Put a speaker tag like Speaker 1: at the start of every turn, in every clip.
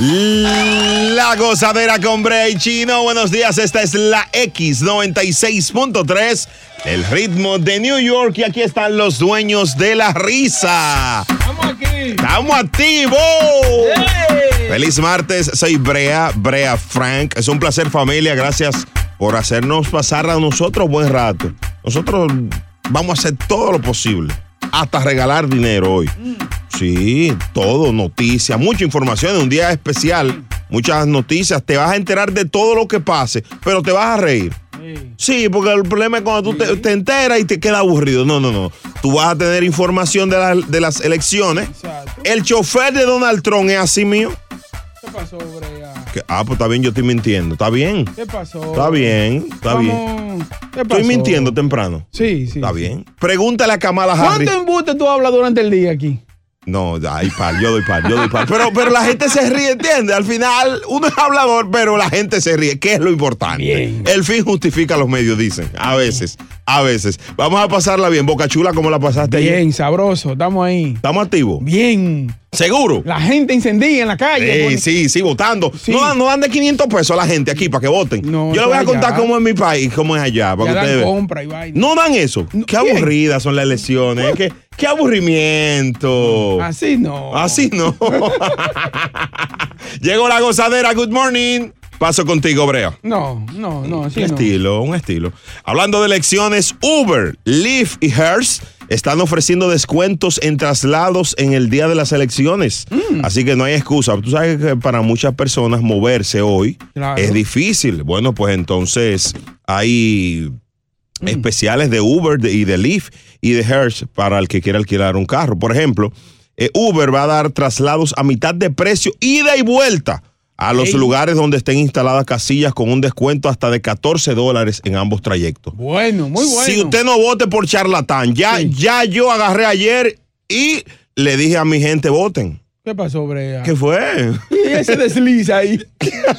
Speaker 1: La gozadera con Brea y Chino. Buenos días, esta es la X96.3, el ritmo de New York. Y aquí están los dueños de la risa. ¡Estamos aquí! ¡Estamos activos! Feliz martes, soy Brea, Brea Frank. Es un placer, familia. Gracias por hacernos pasar a nosotros buen rato. Nosotros vamos a hacer todo lo posible, hasta regalar dinero hoy. Sí, todo, noticias, mucha información, un día especial, muchas noticias, te vas a enterar de todo lo que pase, pero te vas a reír. Sí, porque el problema es cuando tú te, te enteras y te queda aburrido. No, no, no. Tú vas a tener información de, las- de las elecciones. El chofer de Donald Trump es así mío.
Speaker 2: ¿Qué pasó, Brea?
Speaker 1: Que- ah, pues está bien, yo estoy mintiendo. Está bien.
Speaker 2: ¿Qué pasó?
Speaker 1: Está bien, está bien.
Speaker 2: ¿Qué pasó?
Speaker 1: Estoy mintiendo temprano.
Speaker 2: Sí, sí.
Speaker 1: Está bien. Pregúntale a Kamala Harris.
Speaker 2: ¿Cuánto
Speaker 1: Este
Speaker 2: embuste tú hablas durante el día aquí?
Speaker 1: No, hay par, yo doy par, yo doy par. Pero, pero la gente se ríe, ¿entiendes? Al final, uno es hablador, pero la gente se ríe, que es lo importante. El fin justifica los medios, dicen. A veces, a veces. Vamos a pasarla bien. Boca Chula, ¿cómo la pasaste ayer?
Speaker 2: Bien, sabroso, estamos ahí.
Speaker 1: ¿Estamos activos?
Speaker 2: Bien.
Speaker 1: ¿Seguro?
Speaker 2: La gente encendida en la calle.
Speaker 1: Sí,
Speaker 2: Bueno,
Speaker 1: sí, sí, votando. No, dan- no dan de 500 pesos a la gente aquí para que voten.
Speaker 2: No,
Speaker 1: Yo les voy a
Speaker 2: allá.
Speaker 1: contar cómo es mi país, cómo es allá. Para
Speaker 2: Ya
Speaker 1: que
Speaker 2: dan
Speaker 1: ustedes vean.
Speaker 2: compra y vaina.
Speaker 1: No dan eso. Qué aburridas son las elecciones. Qué, qué aburrimiento.
Speaker 2: Así Ah, no.
Speaker 1: Así no. Llegó la gozadera. Good morning. Paso contigo, Brea.
Speaker 2: No, no, no, así
Speaker 1: Un
Speaker 2: no.
Speaker 1: estilo, un estilo. Hablando de elecciones, Uber, Lyft y Hertz están ofreciendo descuentos en traslados en el día de las elecciones.
Speaker 2: Mm.
Speaker 1: Así que no hay excusa. Tú sabes que para muchas personas moverse hoy
Speaker 2: Claro.
Speaker 1: es difícil. Bueno, pues entonces hay
Speaker 2: Mm.
Speaker 1: especiales de Uber de- y de Lyft y de Hertz para el que quiera alquilar un carro. Por ejemplo, eh, Uber va a dar traslados a mitad de precio, ida y vuelta a los
Speaker 2: Ey.
Speaker 1: lugares donde estén instaladas casillas con un descuento hasta de 14 dólares en ambos trayectos.
Speaker 2: Bueno, muy bueno.
Speaker 1: Si usted no vote por charlatán, ya, ya yo agarré ayer y le dije a mi gente, voten.
Speaker 2: ¿Qué pasó, Brea?
Speaker 1: ¿Qué fue?
Speaker 2: Y ese desliza ahí.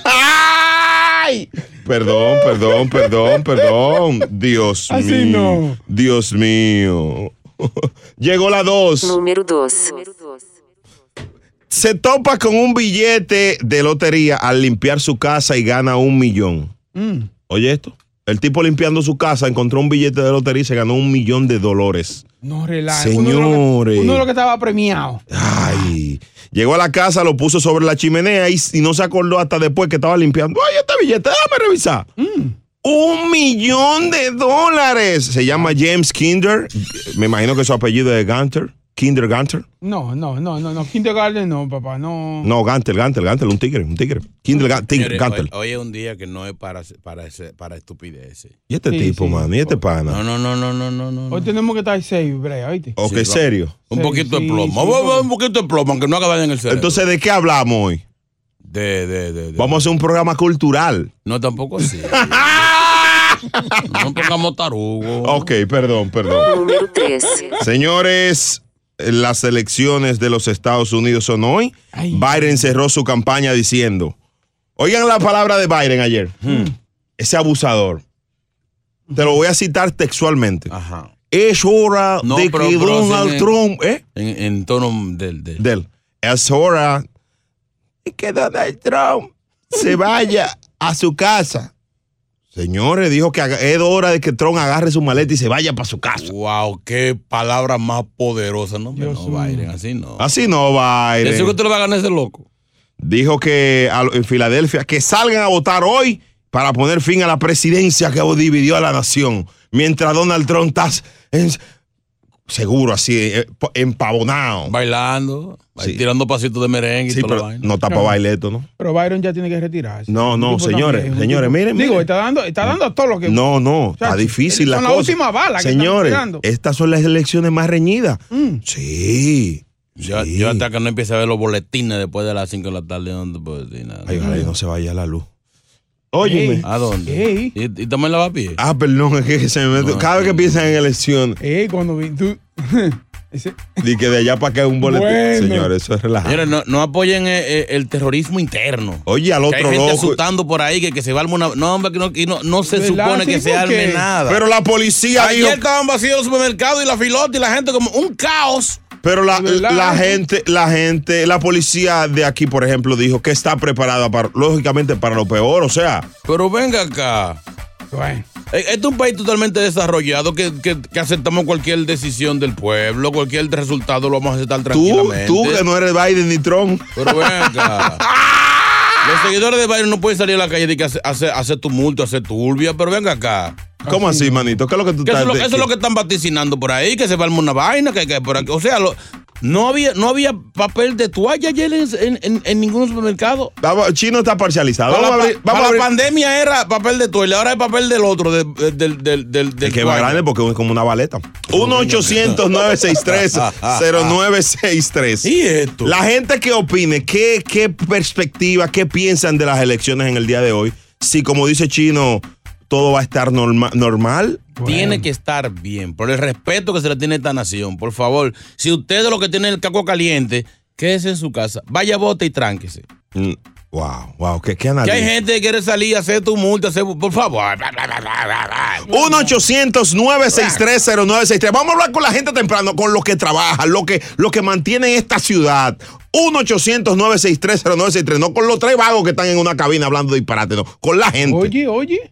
Speaker 1: ¡Ay! Perdón, perdón, perdón, perdón. Dios
Speaker 2: Así
Speaker 1: mío.
Speaker 2: no.
Speaker 1: Dios mío. Llegó la 2.
Speaker 3: Número 2.
Speaker 1: Se topa con un billete de lotería al limpiar su casa y gana un millón.
Speaker 2: Mm.
Speaker 1: Oye esto. El tipo limpiando su casa encontró un billete de lotería y se ganó un millón de dólares.
Speaker 2: No relaja. Uno de lo que-
Speaker 1: Señores.
Speaker 2: Uno de los que estaba premiado.
Speaker 1: Ay. Llegó a la casa, lo puso sobre la chimenea y, y no se acordó hasta después que estaba limpiando. Ay, este billete, déjame revisar.
Speaker 2: Mm.
Speaker 1: Un millón de dólares. Se llama James Kinder. Me imagino que su apellido es Gunter. Kinder Gunter.
Speaker 2: No, no, no, no, no. Kindergarten no, papá, no.
Speaker 1: No, Gunter, Gunter, Gunter, un tigre, un tigre. Kinder Gun- Tigre,
Speaker 4: Señores,
Speaker 1: Gunter.
Speaker 4: hoy, hoy es un día que no es para, para, para estupideces.
Speaker 1: ¿Y este
Speaker 2: Sí,
Speaker 1: tipo,
Speaker 2: sí.
Speaker 1: mano? ¿Y este pana?
Speaker 4: No, no, no, no, no, no. no.
Speaker 2: Hoy tenemos que estar safe, Brea, ¿oíste?
Speaker 1: ok,
Speaker 4: Sí, va.
Speaker 1: serio.
Speaker 4: Un
Speaker 2: Sí,
Speaker 4: poquito
Speaker 2: sí,
Speaker 4: de plomo.
Speaker 2: sí,
Speaker 4: Voy, voy,
Speaker 2: porque-
Speaker 4: un poquito de plomo, aunque no acaba en el cerebro.
Speaker 1: Entonces, ¿de qué hablamos hoy?
Speaker 4: de, de, de, de-
Speaker 1: Vamos a hacer un programa cultural.
Speaker 4: No, tampoco así. no pongamos tarugo.
Speaker 1: Ok, perdón, perdón.
Speaker 3: Número 3.
Speaker 1: Señores, las elecciones de los Estados Unidos son hoy.
Speaker 2: Ay.
Speaker 1: Biden cerró su campaña diciendo, oigan la palabra de Biden ayer,
Speaker 2: Hmm.
Speaker 1: ese abusador. Te lo voy a citar textualmente.
Speaker 4: Ajá.
Speaker 1: Es hora
Speaker 4: No,
Speaker 1: de
Speaker 4: pero-
Speaker 1: que
Speaker 4: pero
Speaker 1: Donald
Speaker 4: sin-
Speaker 1: Trump... ¿eh?
Speaker 4: En, en tono del. del-
Speaker 1: Del, es hora de que Donald Trump se vaya a su casa. Señores, dijo que haga- es hora de que Trump agarre su maleta y se vaya para su casa.
Speaker 4: Wow, qué palabra más poderosa, ¿no? hombre,
Speaker 2: Dios
Speaker 4: no,
Speaker 2: mío.
Speaker 4: Biden, así no.
Speaker 1: Así no, Biden.
Speaker 4: Eso que usted lo va a ganar ese loco.
Speaker 1: dijo que a lo- en Filadelfia que salgan a votar hoy para poner fin a la presidencia que dividió a la nación. Mientras Donald Trump está en- seguro así, eh, po- empavonado.
Speaker 4: Bailando, tirando pasitos de merengue
Speaker 1: Sí,
Speaker 4: y toda la
Speaker 1: pero
Speaker 4: vaina.
Speaker 1: no tapa
Speaker 2: No.
Speaker 1: baile esto, ¿no?
Speaker 2: Pero Byron ya tiene que retirarse.
Speaker 1: No, no,
Speaker 2: Tipo
Speaker 1: señores,
Speaker 2: también,
Speaker 1: señores,
Speaker 2: tipo-
Speaker 1: miren,
Speaker 2: Digo,
Speaker 1: miren.
Speaker 2: está dando, está dando todo lo que.
Speaker 1: No, no,
Speaker 2: Chacho,
Speaker 1: está difícil la
Speaker 2: son
Speaker 1: cosa.
Speaker 2: las últimas balas que
Speaker 1: Señores,
Speaker 2: están tirando.
Speaker 1: estas son las elecciones más reñidas.
Speaker 2: Mm.
Speaker 1: Sí.
Speaker 4: Yo,
Speaker 1: sí.
Speaker 4: yo hasta que no empiece a ver los boletines después de las 5 de la tarde, no te puedo decir nada.
Speaker 1: Ay, ojalá y no se vaya la luz. Óyeme.
Speaker 2: Ey.
Speaker 4: ¿A dónde?
Speaker 2: Ey.
Speaker 4: ¿Y, y también la va a pie?
Speaker 1: Ah, perdón, es que se me mete- Cada vez que piensan en elección,
Speaker 2: Ey, cuando vi. Tú, ese,
Speaker 1: di que de allá para acá es un boletín.
Speaker 2: Bueno.
Speaker 1: Señores, eso es relajado.
Speaker 4: Señores, no, no apoyen eh, eh, el, terrorismo interno.
Speaker 1: Oye, al
Speaker 4: Que hay
Speaker 1: otro
Speaker 4: gente
Speaker 1: loco.
Speaker 4: asustando por ahí que, que se va a armar una. No, hombre, que no, que no, no se
Speaker 2: ¿Verdad?
Speaker 4: supone
Speaker 2: Sí,
Speaker 4: que se
Speaker 2: porque-
Speaker 4: arme nada.
Speaker 1: Pero la policía
Speaker 4: Ayer
Speaker 1: dijo.
Speaker 4: estaban vacíos los supermercados y la filota y la gente como un caos.
Speaker 1: Pero la,
Speaker 2: ¿Verdad?
Speaker 1: la gente, la gente, la policía de aquí, por ejemplo, dijo que está preparada para, lógicamente, para lo peor. O sea,
Speaker 4: Pero venga acá.
Speaker 2: bueno.
Speaker 4: Eh, Este es un país totalmente desarrollado que, que- que aceptamos cualquier decisión del pueblo, cualquier resultado lo vamos a
Speaker 1: tú,
Speaker 4: aceptar tranquilamente.
Speaker 1: tú que no eres Biden ni Trump.
Speaker 4: Pero venga. Los seguidores de Biden no pueden salir a la calle y que hacer, hacer, hacer tumulto, hacer turbia, pero venga acá.
Speaker 1: ¿Cómo así, manito? ¿Qué es lo que tú
Speaker 4: Que eso,
Speaker 1: estás
Speaker 4: es lo,
Speaker 1: de-
Speaker 4: eso es lo que están vaticinando por ahí, que se va a armar una vaina, que, que por aquí. O sea, lo- no, había, no había papel de toalla ayer en, en- en- en ningún supermercado.
Speaker 1: Vamos, Chino está parcializado.
Speaker 4: Para
Speaker 1: Vamos a
Speaker 4: la,
Speaker 1: abrir.
Speaker 4: pa-
Speaker 1: Vamos
Speaker 4: para
Speaker 1: a
Speaker 4: la
Speaker 1: abrir.
Speaker 4: pandemia era papel de toalla, ahora es papel del otro, de- del, del, del, del,
Speaker 1: Es que es más
Speaker 4: toalla.
Speaker 1: grande porque es como una baleta. 1-800-963-0963.
Speaker 4: Ah, ¿Y esto?
Speaker 1: La gente que opine, ¿qué, qué perspectiva, qué piensan de las elecciones en el día de hoy? Si, como dice Chino, todo va a estar norma- normal.
Speaker 4: Tiene que estar bien, por el respeto que se le tiene a esta nación. Por favor, si usted es lo que tiene el caco caliente, quédese en su casa. Vaya, bote y tránquese.
Speaker 1: Mm, Wow, wow, qué, qué
Speaker 4: Que hay
Speaker 1: análisis.
Speaker 4: gente que quiere salir a hacer tumulto, hacer... Por favor. bla, bla, bla, bla, bla, bla.
Speaker 1: 1-800-963-0963. Vamos a hablar con la gente temprano, con los que trabajan, los que, los que mantienen esta ciudad. 1-800-963-0963. No con los tres vagos que están en una cabina hablando disparate, no. Con la gente.
Speaker 2: Oye, oye.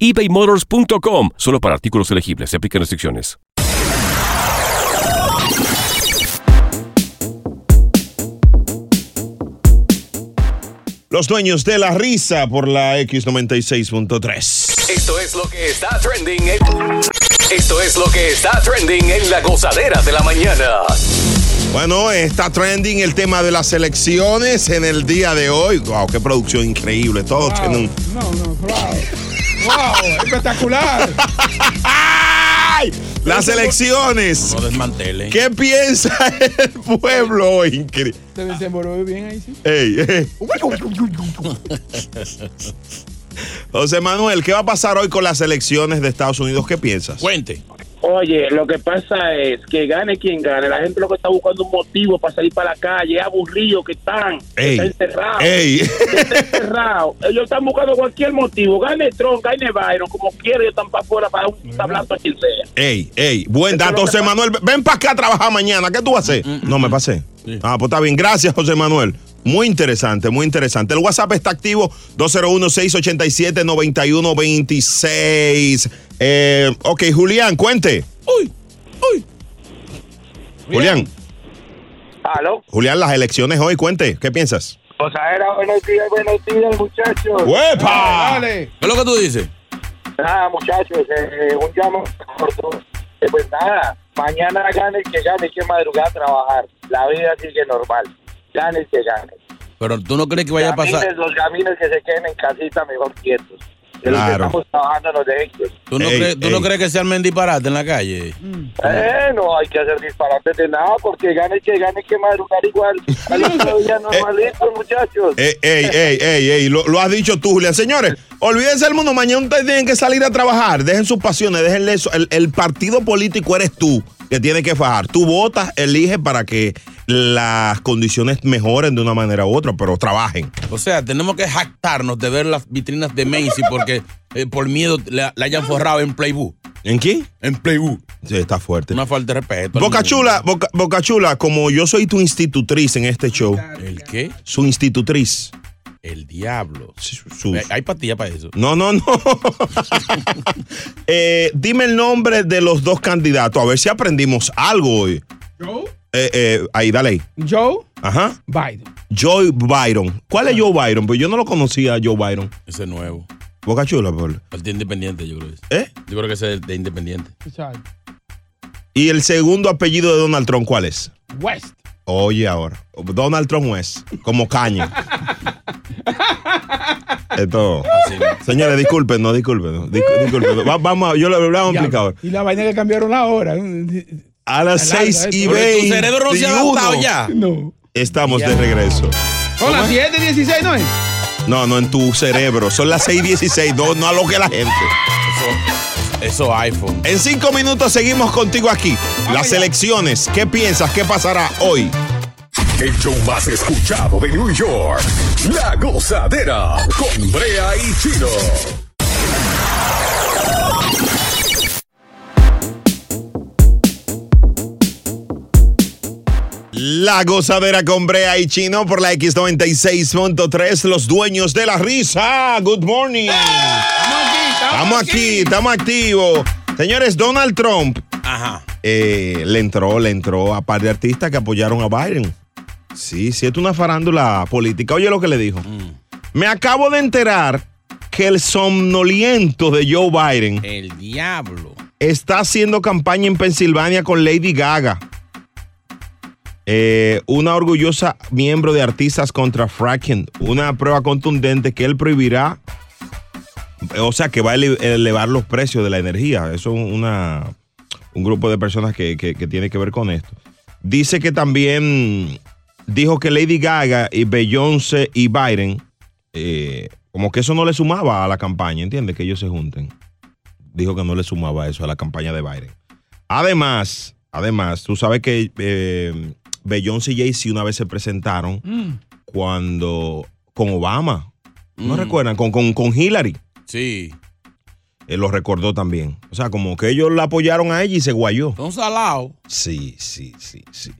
Speaker 5: ebaymotors.com. Solo para artículos elegibles. Se aplican restricciones.
Speaker 1: Los dueños de la risa por la X96.3.
Speaker 6: Esto es lo que está trending. en- Esto es lo que está trending en la gozadera de la mañana.
Speaker 1: Bueno, está trending el tema de las elecciones en el día de hoy. Wow, qué producción increíble. Todos
Speaker 2: Wow.
Speaker 1: tienen un.
Speaker 2: No, no, wow. Wow, espectacular.
Speaker 1: ¡Ay! Las elecciones.
Speaker 4: No desmantelen.
Speaker 1: ¿Qué piensa el pueblo hoy? Incre-
Speaker 2: Se desenvolvió bien ahí, sí.
Speaker 1: Ey, ey. José Manuel, ¿qué va a pasar hoy con las elecciones de Estados Unidos? ¿Qué piensas?
Speaker 4: Cuente.
Speaker 3: Oye, lo que pasa es que gane quien gane, la gente lo que está buscando un motivo para salir para la calle, es aburrido que están, que
Speaker 1: Ey.
Speaker 3: están encerrados,
Speaker 1: Ey.
Speaker 3: que están encerrados. Ellos están buscando cualquier motivo, gane Trump, gane Byron, como quiera, ellos están para afuera para dar un tablazo a quien sea.
Speaker 1: Ey, ey, buen
Speaker 3: Eso es
Speaker 1: dato,
Speaker 3: lo que
Speaker 1: José
Speaker 3: pasa.
Speaker 1: Manuel. Ven para acá a trabajar mañana. ¿Qué tú vas a hacer? No, me pasé.
Speaker 4: Mm, Sí.
Speaker 1: Ah, pues está bien. Gracias, José Manuel. Muy interesante, muy interesante. El WhatsApp está activo 201-687-9126. Eh, ok, Julián, cuente.
Speaker 4: Uy, uy.
Speaker 1: Julián,
Speaker 3: ¿Aló?
Speaker 1: Julián, las elecciones hoy, cuente. ¿Qué piensas?
Speaker 3: O sea, era buenos días, buenos días, muchachos.
Speaker 1: ¡Uepa!
Speaker 2: Dale.
Speaker 4: ¿Qué es lo que tú dices?
Speaker 3: Nada, muchachos, eh, un llamado corto. Eh, pues nada, mañana gane el que gane, hay que madrugar a trabajar. La vida sigue normal. Gane el que gane.
Speaker 4: Pero tú no crees que vaya a pasar...
Speaker 3: Gamines, los gamines que se queden en casita mejor quietos. Que los que
Speaker 1: Claro.
Speaker 3: estamos trabajando los de ellos.
Speaker 4: ¿Tú no,
Speaker 1: Ey,
Speaker 4: crees, tú no
Speaker 1: ey.
Speaker 4: crees que se armen disparate en la calle?
Speaker 3: Eh, no hay que hacer disparates de nada porque gane el que gane hay que madrugar igual. Al otro día normalito, muchachos.
Speaker 1: Ey, ey, ey, ey, ey, Lo, lo has dicho tú, Julián. Señores, olvídense el mundo. Mañana ustedes tienen que salir a trabajar. Dejen sus pasiones, déjenle eso. El, el partido político eres tú que tiene que fajar. Tú votas, eliges para que las condiciones mejoren de una manera u otra, pero trabajen.
Speaker 4: O sea, tenemos que jactarnos de ver las vitrinas de Macy porque eh, por miedo la, la hayan forrado en Playbook.
Speaker 1: ¿En qué?
Speaker 4: En Playbook.
Speaker 1: Sí, está fuerte.
Speaker 4: Una falta de respeto. al
Speaker 1: Boca
Speaker 4: mundo.
Speaker 1: Chula, Boca, Boca Chula, como yo soy tu institutriz en este show,
Speaker 4: ¿El qué?
Speaker 1: su institutriz.
Speaker 4: El diablo.
Speaker 1: su-
Speaker 4: Eh, Hay pastilla para eso.
Speaker 1: No, no, no. Eh, dime el nombre de los dos candidatos, a ver si aprendimos algo hoy.
Speaker 2: Joe,
Speaker 1: Eh, eh, ahí, dale ahí.
Speaker 2: Joe
Speaker 1: Ajá.
Speaker 2: Biden.
Speaker 1: Joe Byron. ¿Cuál es Joe Byron? Pues yo no lo conocía a Joe Byron.
Speaker 4: Ese nuevo.
Speaker 1: Boca Chula, por-
Speaker 4: Partido independiente, yo creo. que es.
Speaker 1: ¿eh?
Speaker 4: Yo creo que ese es de independiente.
Speaker 2: Exacto.
Speaker 1: Y el segundo apellido de Donald Trump, ¿cuál es?
Speaker 2: West.
Speaker 1: Oye, ahora. Donald Trump es como caña. Esto.
Speaker 4: Sí, ¿no?
Speaker 1: Señores, disculpen, no, disculpen. no, dis- disculpen, no. Va- vamos, a- yo lo, lo vamos a explicar ahora.
Speaker 2: Y la vaina que cambiaron la hora. No.
Speaker 1: A las
Speaker 2: Alarga
Speaker 1: 6 y
Speaker 2: esto.
Speaker 4: Pero tu cerebro no se ha
Speaker 1: 21,
Speaker 4: adaptado ya.
Speaker 1: Estamos de regreso.
Speaker 2: Son las 7:16, ¿no es?
Speaker 1: No, no en tu cerebro. Son las 6:16, no, no a lo que la gente.
Speaker 4: Eso, eso iPhone.
Speaker 1: En 5 minutos seguimos contigo aquí. Las elecciones. ¿Qué piensas? ¿Qué pasará hoy?
Speaker 6: El show más escuchado de New York. La gozadera con Brea y Chino.
Speaker 1: La gozadera con Brea y Chino por la X96.3, los dueños de la risa. Good morning. Estamos aquí, estamos activos. Señores, Donald Trump
Speaker 4: Ajá.
Speaker 1: eh, le entró, le entró a par de artistas que apoyaron a Biden. Sí, sí, es una farándula política. Oye lo que le dijo.
Speaker 4: Mm.
Speaker 1: Me acabo de enterar que el somnoliento de Joe Biden
Speaker 4: El diablo.
Speaker 1: está haciendo campaña en Pensilvania con Lady Gaga. Eh, una orgullosa miembro de Artistas contra Fracking. Una prueba contundente que él prohibirá. O sea, que va a ele- elevar los precios de la energía. Eso es una, un grupo de personas que, que- que tiene que ver con esto. Dice que también dijo que Lady Gaga y Beyoncé y Biden, eh, como que eso no le sumaba a la campaña, ¿entiendes? Que ellos se junten dijo que no le sumaba eso a la campaña de Biden. Además, además, tú sabes que eh, Beyoncé y Jay-Z una vez se presentaron
Speaker 7: Mm.
Speaker 1: cuando con Obama.
Speaker 4: Mm.
Speaker 1: ¿No recuerdan? Con, con, con Hillary.
Speaker 4: Sí.
Speaker 1: Él lo recordó también. O sea, como que ellos la apoyaron a ella y se guayó.
Speaker 4: Son salados.
Speaker 1: Sí, sí, sí, sí.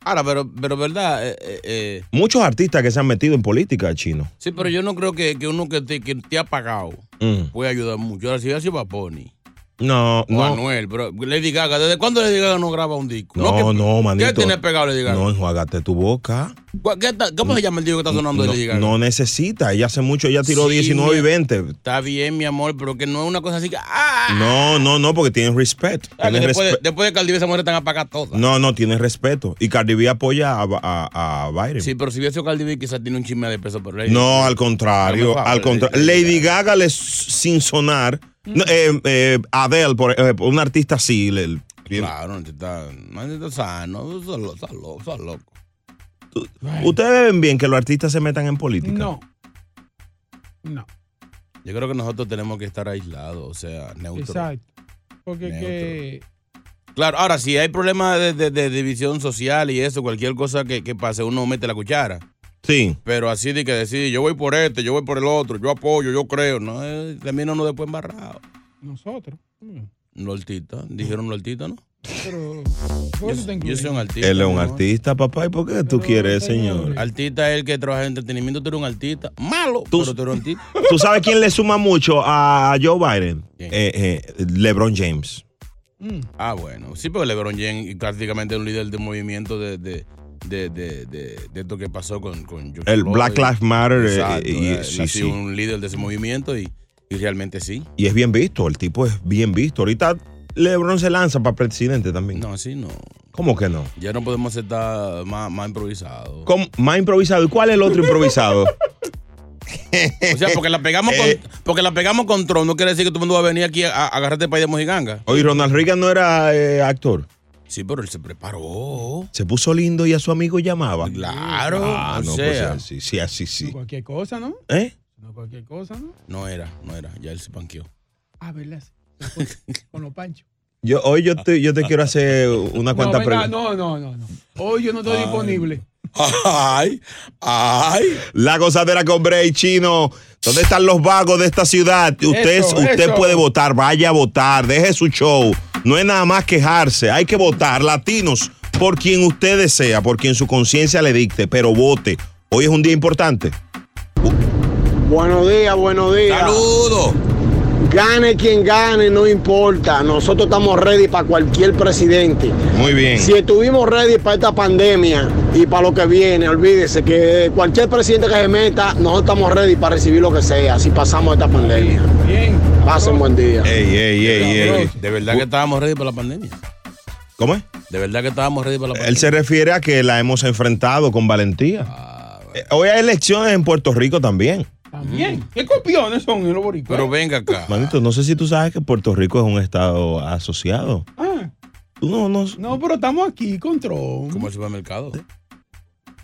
Speaker 4: Ahora, pero, pero verdad, eh, eh, eh,
Speaker 1: Muchos artistas que se han metido en política chino.
Speaker 4: sí, pero yo no creo que, que uno que te, que te ha pagado
Speaker 1: Mm.
Speaker 4: puede ayudar mucho. Ahora, si yo sido Pony
Speaker 1: No,
Speaker 4: o
Speaker 1: no.
Speaker 4: Anuel, pero Lady Gaga, ¿desde cuándo Lady Gaga no graba un disco?
Speaker 1: No,
Speaker 4: que-
Speaker 1: no, manito.
Speaker 4: ¿Qué tiene pegado Lady Gaga?
Speaker 1: No, enjuágate tu boca.
Speaker 4: ¿Cuál- qué está- ¿Cómo se llama el disco que está sonando de
Speaker 1: No,
Speaker 4: Lady Gaga?
Speaker 1: no necesita. Ella hace mucho, ella tiró
Speaker 4: Sí,
Speaker 1: 19 y
Speaker 4: mira.
Speaker 1: 20.
Speaker 4: Está bien, mi amor, pero que no es una cosa así que. ¡Ah!
Speaker 1: No, no, no, porque tienen respeto.
Speaker 4: Ah, que
Speaker 1: Tienen
Speaker 4: después, de,
Speaker 1: respe-
Speaker 4: después de Cardi B, esa mujer están apagadas todas.
Speaker 1: No, no, tienen respeto. Y Cardi B apoya a, a, a Biden.
Speaker 4: Sí, pero si hubiese sido Cardi B, quizás tiene un chisme de peso. Pero Lady-
Speaker 1: No, al
Speaker 4: No,
Speaker 1: contrario,
Speaker 4: por favor, eh,
Speaker 1: al contrario.
Speaker 4: Lady
Speaker 1: Lady Gaga le sin sonar. no, eh, eh, Adele, por ejemplo, un artista así. le- le-
Speaker 4: Claro, no está, no está sano, está lo- está lo- está loco.
Speaker 1: Ustedes ven bien que los artistas se metan en política.
Speaker 2: No. No.
Speaker 4: Yo creo que nosotros tenemos que estar aislados, o sea, neutros.
Speaker 2: Exacto. Porque que.
Speaker 4: Claro, ahora si hay problemas de, de- de división social y eso, cualquier cosa que, que pase, uno mete la cuchara.
Speaker 1: Sí.
Speaker 4: Pero así de que decir, yo voy por este, yo voy por el otro, yo apoyo, yo creo, no, eh, termina uno después embarrado.
Speaker 2: Nosotros. Mm.
Speaker 4: Un artista, dijeron un artista, ¿no?
Speaker 2: Pero.
Speaker 4: Yo,
Speaker 2: ¿cómo eso te
Speaker 4: yo
Speaker 2: incluye?
Speaker 4: soy un artista.
Speaker 1: Él es un
Speaker 4: mi amor.
Speaker 1: artista, papá. ¿Y por qué tú
Speaker 2: Pero,
Speaker 1: quieres,
Speaker 2: señores.
Speaker 1: señor?
Speaker 4: Artista es el que trabaja en entretenimiento, tú eres un artista. Malo,
Speaker 1: Tú-
Speaker 4: pero tú eres un artista.
Speaker 1: ¿Tú sabes quién le suma mucho a Joe Biden?
Speaker 4: ¿Quién?
Speaker 1: Eh, eh, LeBron James.
Speaker 2: Mm.
Speaker 4: Ah, bueno. Sí, porque LeBron James prácticamente es un líder de movimiento de, de, de, de, de- de esto que pasó con, con George
Speaker 1: El
Speaker 4: Floyd.
Speaker 1: Black Lives Matter. eh,
Speaker 4: Exacto,
Speaker 1: y,
Speaker 4: él
Speaker 1: sí,
Speaker 4: ha
Speaker 1: sí.
Speaker 4: sido un líder de ese movimiento y, y realmente sí.
Speaker 1: Y es bien visto, el tipo es bien visto. Ahorita LeBron se lanza para presidente también.
Speaker 4: No, así no.
Speaker 1: ¿Cómo que no?
Speaker 4: Ya no podemos estar más, más improvisados.
Speaker 1: ¿Cómo? Más improvisado. ¿Y cuál es el otro improvisado?
Speaker 4: O sea, porque la pegamos
Speaker 1: Eh.
Speaker 4: con, porque la pegamos con Trump, no quiere decir que todo el mundo va a venir aquí a, a agarrarte el país de Mojiganga.
Speaker 1: Oye, Ronald Reagan no era eh, actor.
Speaker 4: Sí, pero él se preparó.
Speaker 1: Se puso lindo y a su amigo llamaba.
Speaker 4: Claro,
Speaker 1: Ah,
Speaker 4: o
Speaker 1: no, pues
Speaker 4: sea.
Speaker 1: así, sí, así, sí.
Speaker 2: Cualquier cosa, ¿no?
Speaker 1: ¿Eh?
Speaker 2: No, cualquier cosa, ¿no?
Speaker 4: No era, no era. Ya él se panqueó.
Speaker 2: Ah, ¿verdad? Sí. Con los panchos.
Speaker 1: Yo, hoy yo te, yo te quiero hacer una
Speaker 2: No,
Speaker 1: cuanta
Speaker 2: venga,
Speaker 1: pregunta.
Speaker 2: no, no, no, no. Hoy yo no estoy disponible.
Speaker 1: Ay, ay. La gozadera con Bray Chino. ¿Dónde están los vagos de esta ciudad? Usted,
Speaker 2: Eso,
Speaker 1: usted
Speaker 2: eso.
Speaker 1: puede votar, vaya a votar, deje su show. No es nada más quejarse, hay que votar, latinos, por quien usted desea, por quien su conciencia le dicte, pero vote. Hoy es un día importante.
Speaker 8: Buenos días, buenos días. Saludos. Gane quien gane, no importa. Nosotros estamos ready para cualquier presidente.
Speaker 1: Muy bien.
Speaker 8: Si estuvimos ready para esta pandemia y para lo que viene, olvídese que cualquier presidente que se meta, nosotros estamos ready para recibir lo que sea, si pasamos esta pandemia. Bien. Pasen buen día.
Speaker 1: Ey, ey, ey, ey.
Speaker 4: De verdad que estábamos ready para la pandemia.
Speaker 1: ¿Cómo es?
Speaker 4: De verdad que estábamos ready para la pandemia.
Speaker 1: Él se refiere a que la hemos enfrentado con valentía. Eh, Hoy hay elecciones en Puerto Rico también.
Speaker 2: Bien. ¿Qué copiones son los boricuas?
Speaker 4: Pero venga acá.
Speaker 1: Manito, no sé si tú sabes que Puerto Rico es un estado asociado.
Speaker 2: Ah.
Speaker 1: No, no.
Speaker 2: No, pero estamos aquí, control.
Speaker 4: Como el supermercado.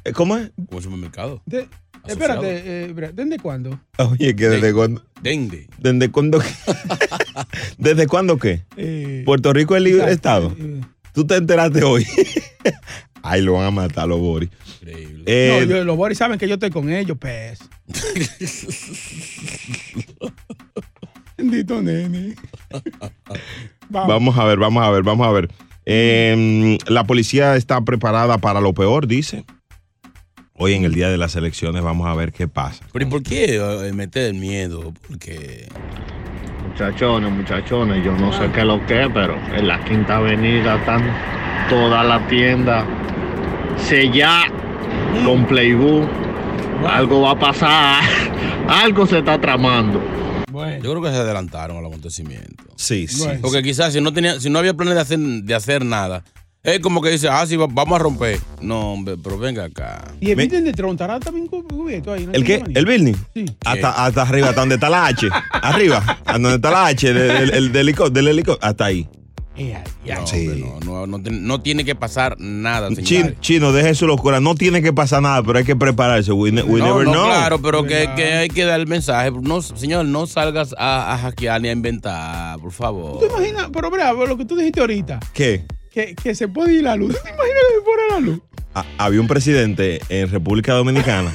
Speaker 1: Eh, ¿Cómo es?
Speaker 4: Como el supermercado.
Speaker 2: De-
Speaker 4: Asociado.
Speaker 2: espérate, eh, Bra- ¿desde cuándo?
Speaker 1: Ah, Oye, que desde cuándo.
Speaker 4: Dende.
Speaker 1: ¿Desde cuándo qué? ¿Desde cuándo qué?
Speaker 2: Eh,
Speaker 1: Puerto Rico es libre
Speaker 2: ya,
Speaker 1: estado.
Speaker 2: eh,
Speaker 1: Tú te enteraste hoy. Ay, lo van a matar los Boris.
Speaker 4: Increíble.
Speaker 1: Eh,
Speaker 2: no, yo- los boris saben que yo estoy con ellos, pez. Bendito nene. Vamos.
Speaker 1: vamos a ver, vamos a ver, vamos a ver. Eh, la policía está preparada para lo peor, dice. Hoy en el día de las elecciones vamos a ver qué pasa.
Speaker 4: Pero ¿y por qué eh, meter el miedo? Porque.
Speaker 9: Muchachones, muchachones, yo no sé qué es lo que es, pero en la Quinta Avenida están toda la tienda sellada con Playbook. Algo va a pasar, algo se está tramando.
Speaker 2: Bueno.
Speaker 4: Yo creo que se adelantaron al acontecimiento.
Speaker 1: Sí, sí.
Speaker 2: Bueno.
Speaker 4: Porque quizás si no tenía, si no había planes de hacer, de hacer nada, es como que dice, ah, sí, va- vamos a romper. No, hombre, pero venga acá.
Speaker 2: Y el Biden de Trontará también cu- cubierto ahí. ¿no?
Speaker 1: ¿El qué? ¿El building?
Speaker 2: Sí.
Speaker 1: Hasta, hasta arriba, hasta donde está la H. Arriba, hasta donde está la H del, del, del helico- del helicóptero. Hasta ahí.
Speaker 2: Eh, ay, ay.
Speaker 4: No,
Speaker 1: Sí.
Speaker 4: hombre, no, no, no, tiene- no tiene que pasar nada.
Speaker 1: Chin-
Speaker 4: señores.
Speaker 1: Chino, deje su locura. No tiene que pasar nada, pero hay que prepararse. We, ne- we
Speaker 4: no,
Speaker 1: never
Speaker 4: no,
Speaker 1: know.
Speaker 4: claro, pero que, que hay que dar el mensaje. No, señor, no salgas a, a hackear ni a inventar, por
Speaker 2: ¿Tú
Speaker 4: favor.
Speaker 2: te imaginas? Pero bravo, lo que tú dijiste ahorita,
Speaker 1: ¿Qué?
Speaker 2: que, que se puede ir la luz. ¿Tú te imaginas que se fuera la luz?
Speaker 1: Ha- había un presidente en República Dominicana.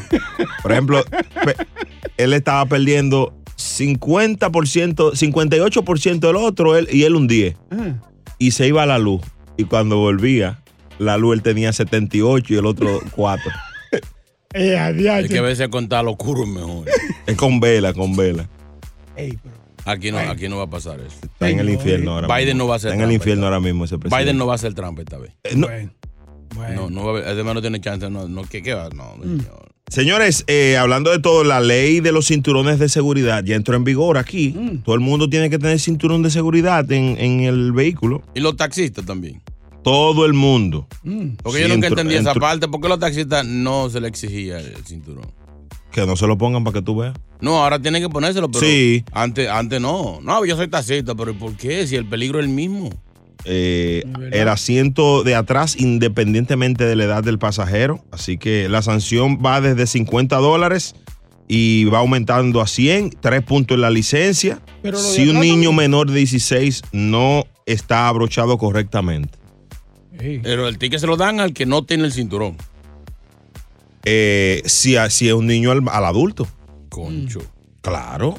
Speaker 1: Por ejemplo, pe- él estaba perdiendo 50%, 58% del otro él, y él un 10.
Speaker 2: Ah,
Speaker 1: Y se iba a la luz. Y cuando volvía, la luz él tenía 78 y el otro 4.
Speaker 2: Eh, ay,
Speaker 4: Hay
Speaker 2: ay,
Speaker 4: que a veces contar lo oscuro es mejor.
Speaker 1: Es con vela, con vela.
Speaker 2: Ey, pero-
Speaker 4: Aquí no, aquí no va a pasar eso.
Speaker 1: Está en el infierno ahora
Speaker 4: Biden
Speaker 1: mismo.
Speaker 4: no va a ser
Speaker 1: Está en el
Speaker 4: trampa,
Speaker 1: infierno
Speaker 4: está.
Speaker 1: ahora mismo ese presidente.
Speaker 4: Biden no va a hacer trampa esta vez.
Speaker 1: Eh, no.
Speaker 2: Bueno,
Speaker 4: No,
Speaker 2: bueno.
Speaker 4: no va a haber. Además no tiene chance. No, no, ¿qué, qué va? No, señor.
Speaker 1: Señores, eh, hablando de todo, la ley de los cinturones de seguridad ya entró en vigor aquí.
Speaker 2: Mm.
Speaker 1: Todo el mundo tiene que tener cinturón de seguridad en, en el vehículo.
Speaker 4: Y los taxistas también.
Speaker 1: Todo el mundo.
Speaker 2: Mm,
Speaker 4: Porque
Speaker 1: Sí,
Speaker 4: yo nunca
Speaker 1: entro-
Speaker 4: entendí esa
Speaker 1: entro-
Speaker 4: parte. ¿Por qué los taxistas no se le exigía el cinturón?
Speaker 1: Que no se lo pongan para que tú veas.
Speaker 4: No, ahora tienen que ponérselo, pero
Speaker 1: Sí.
Speaker 4: antes, antes no. No, yo soy taxista, pero ¿y ¿por qué? Si el peligro es el mismo.
Speaker 1: Eh,
Speaker 2: ¿Verdad?
Speaker 1: el asiento de atrás independientemente de la edad del pasajero. Así que la sanción va desde 50 dólares y va aumentando a 100, 3 puntos en la licencia.
Speaker 2: Pero lo de
Speaker 1: si un
Speaker 2: atrás
Speaker 1: niño
Speaker 2: también.
Speaker 1: menor de 16 no está abrochado correctamente.
Speaker 2: ey.
Speaker 4: Pero el ticket se lo dan al que no tiene el cinturón.
Speaker 1: Eh, si, a- si es un niño al, al adulto.
Speaker 4: Concho.
Speaker 1: Claro,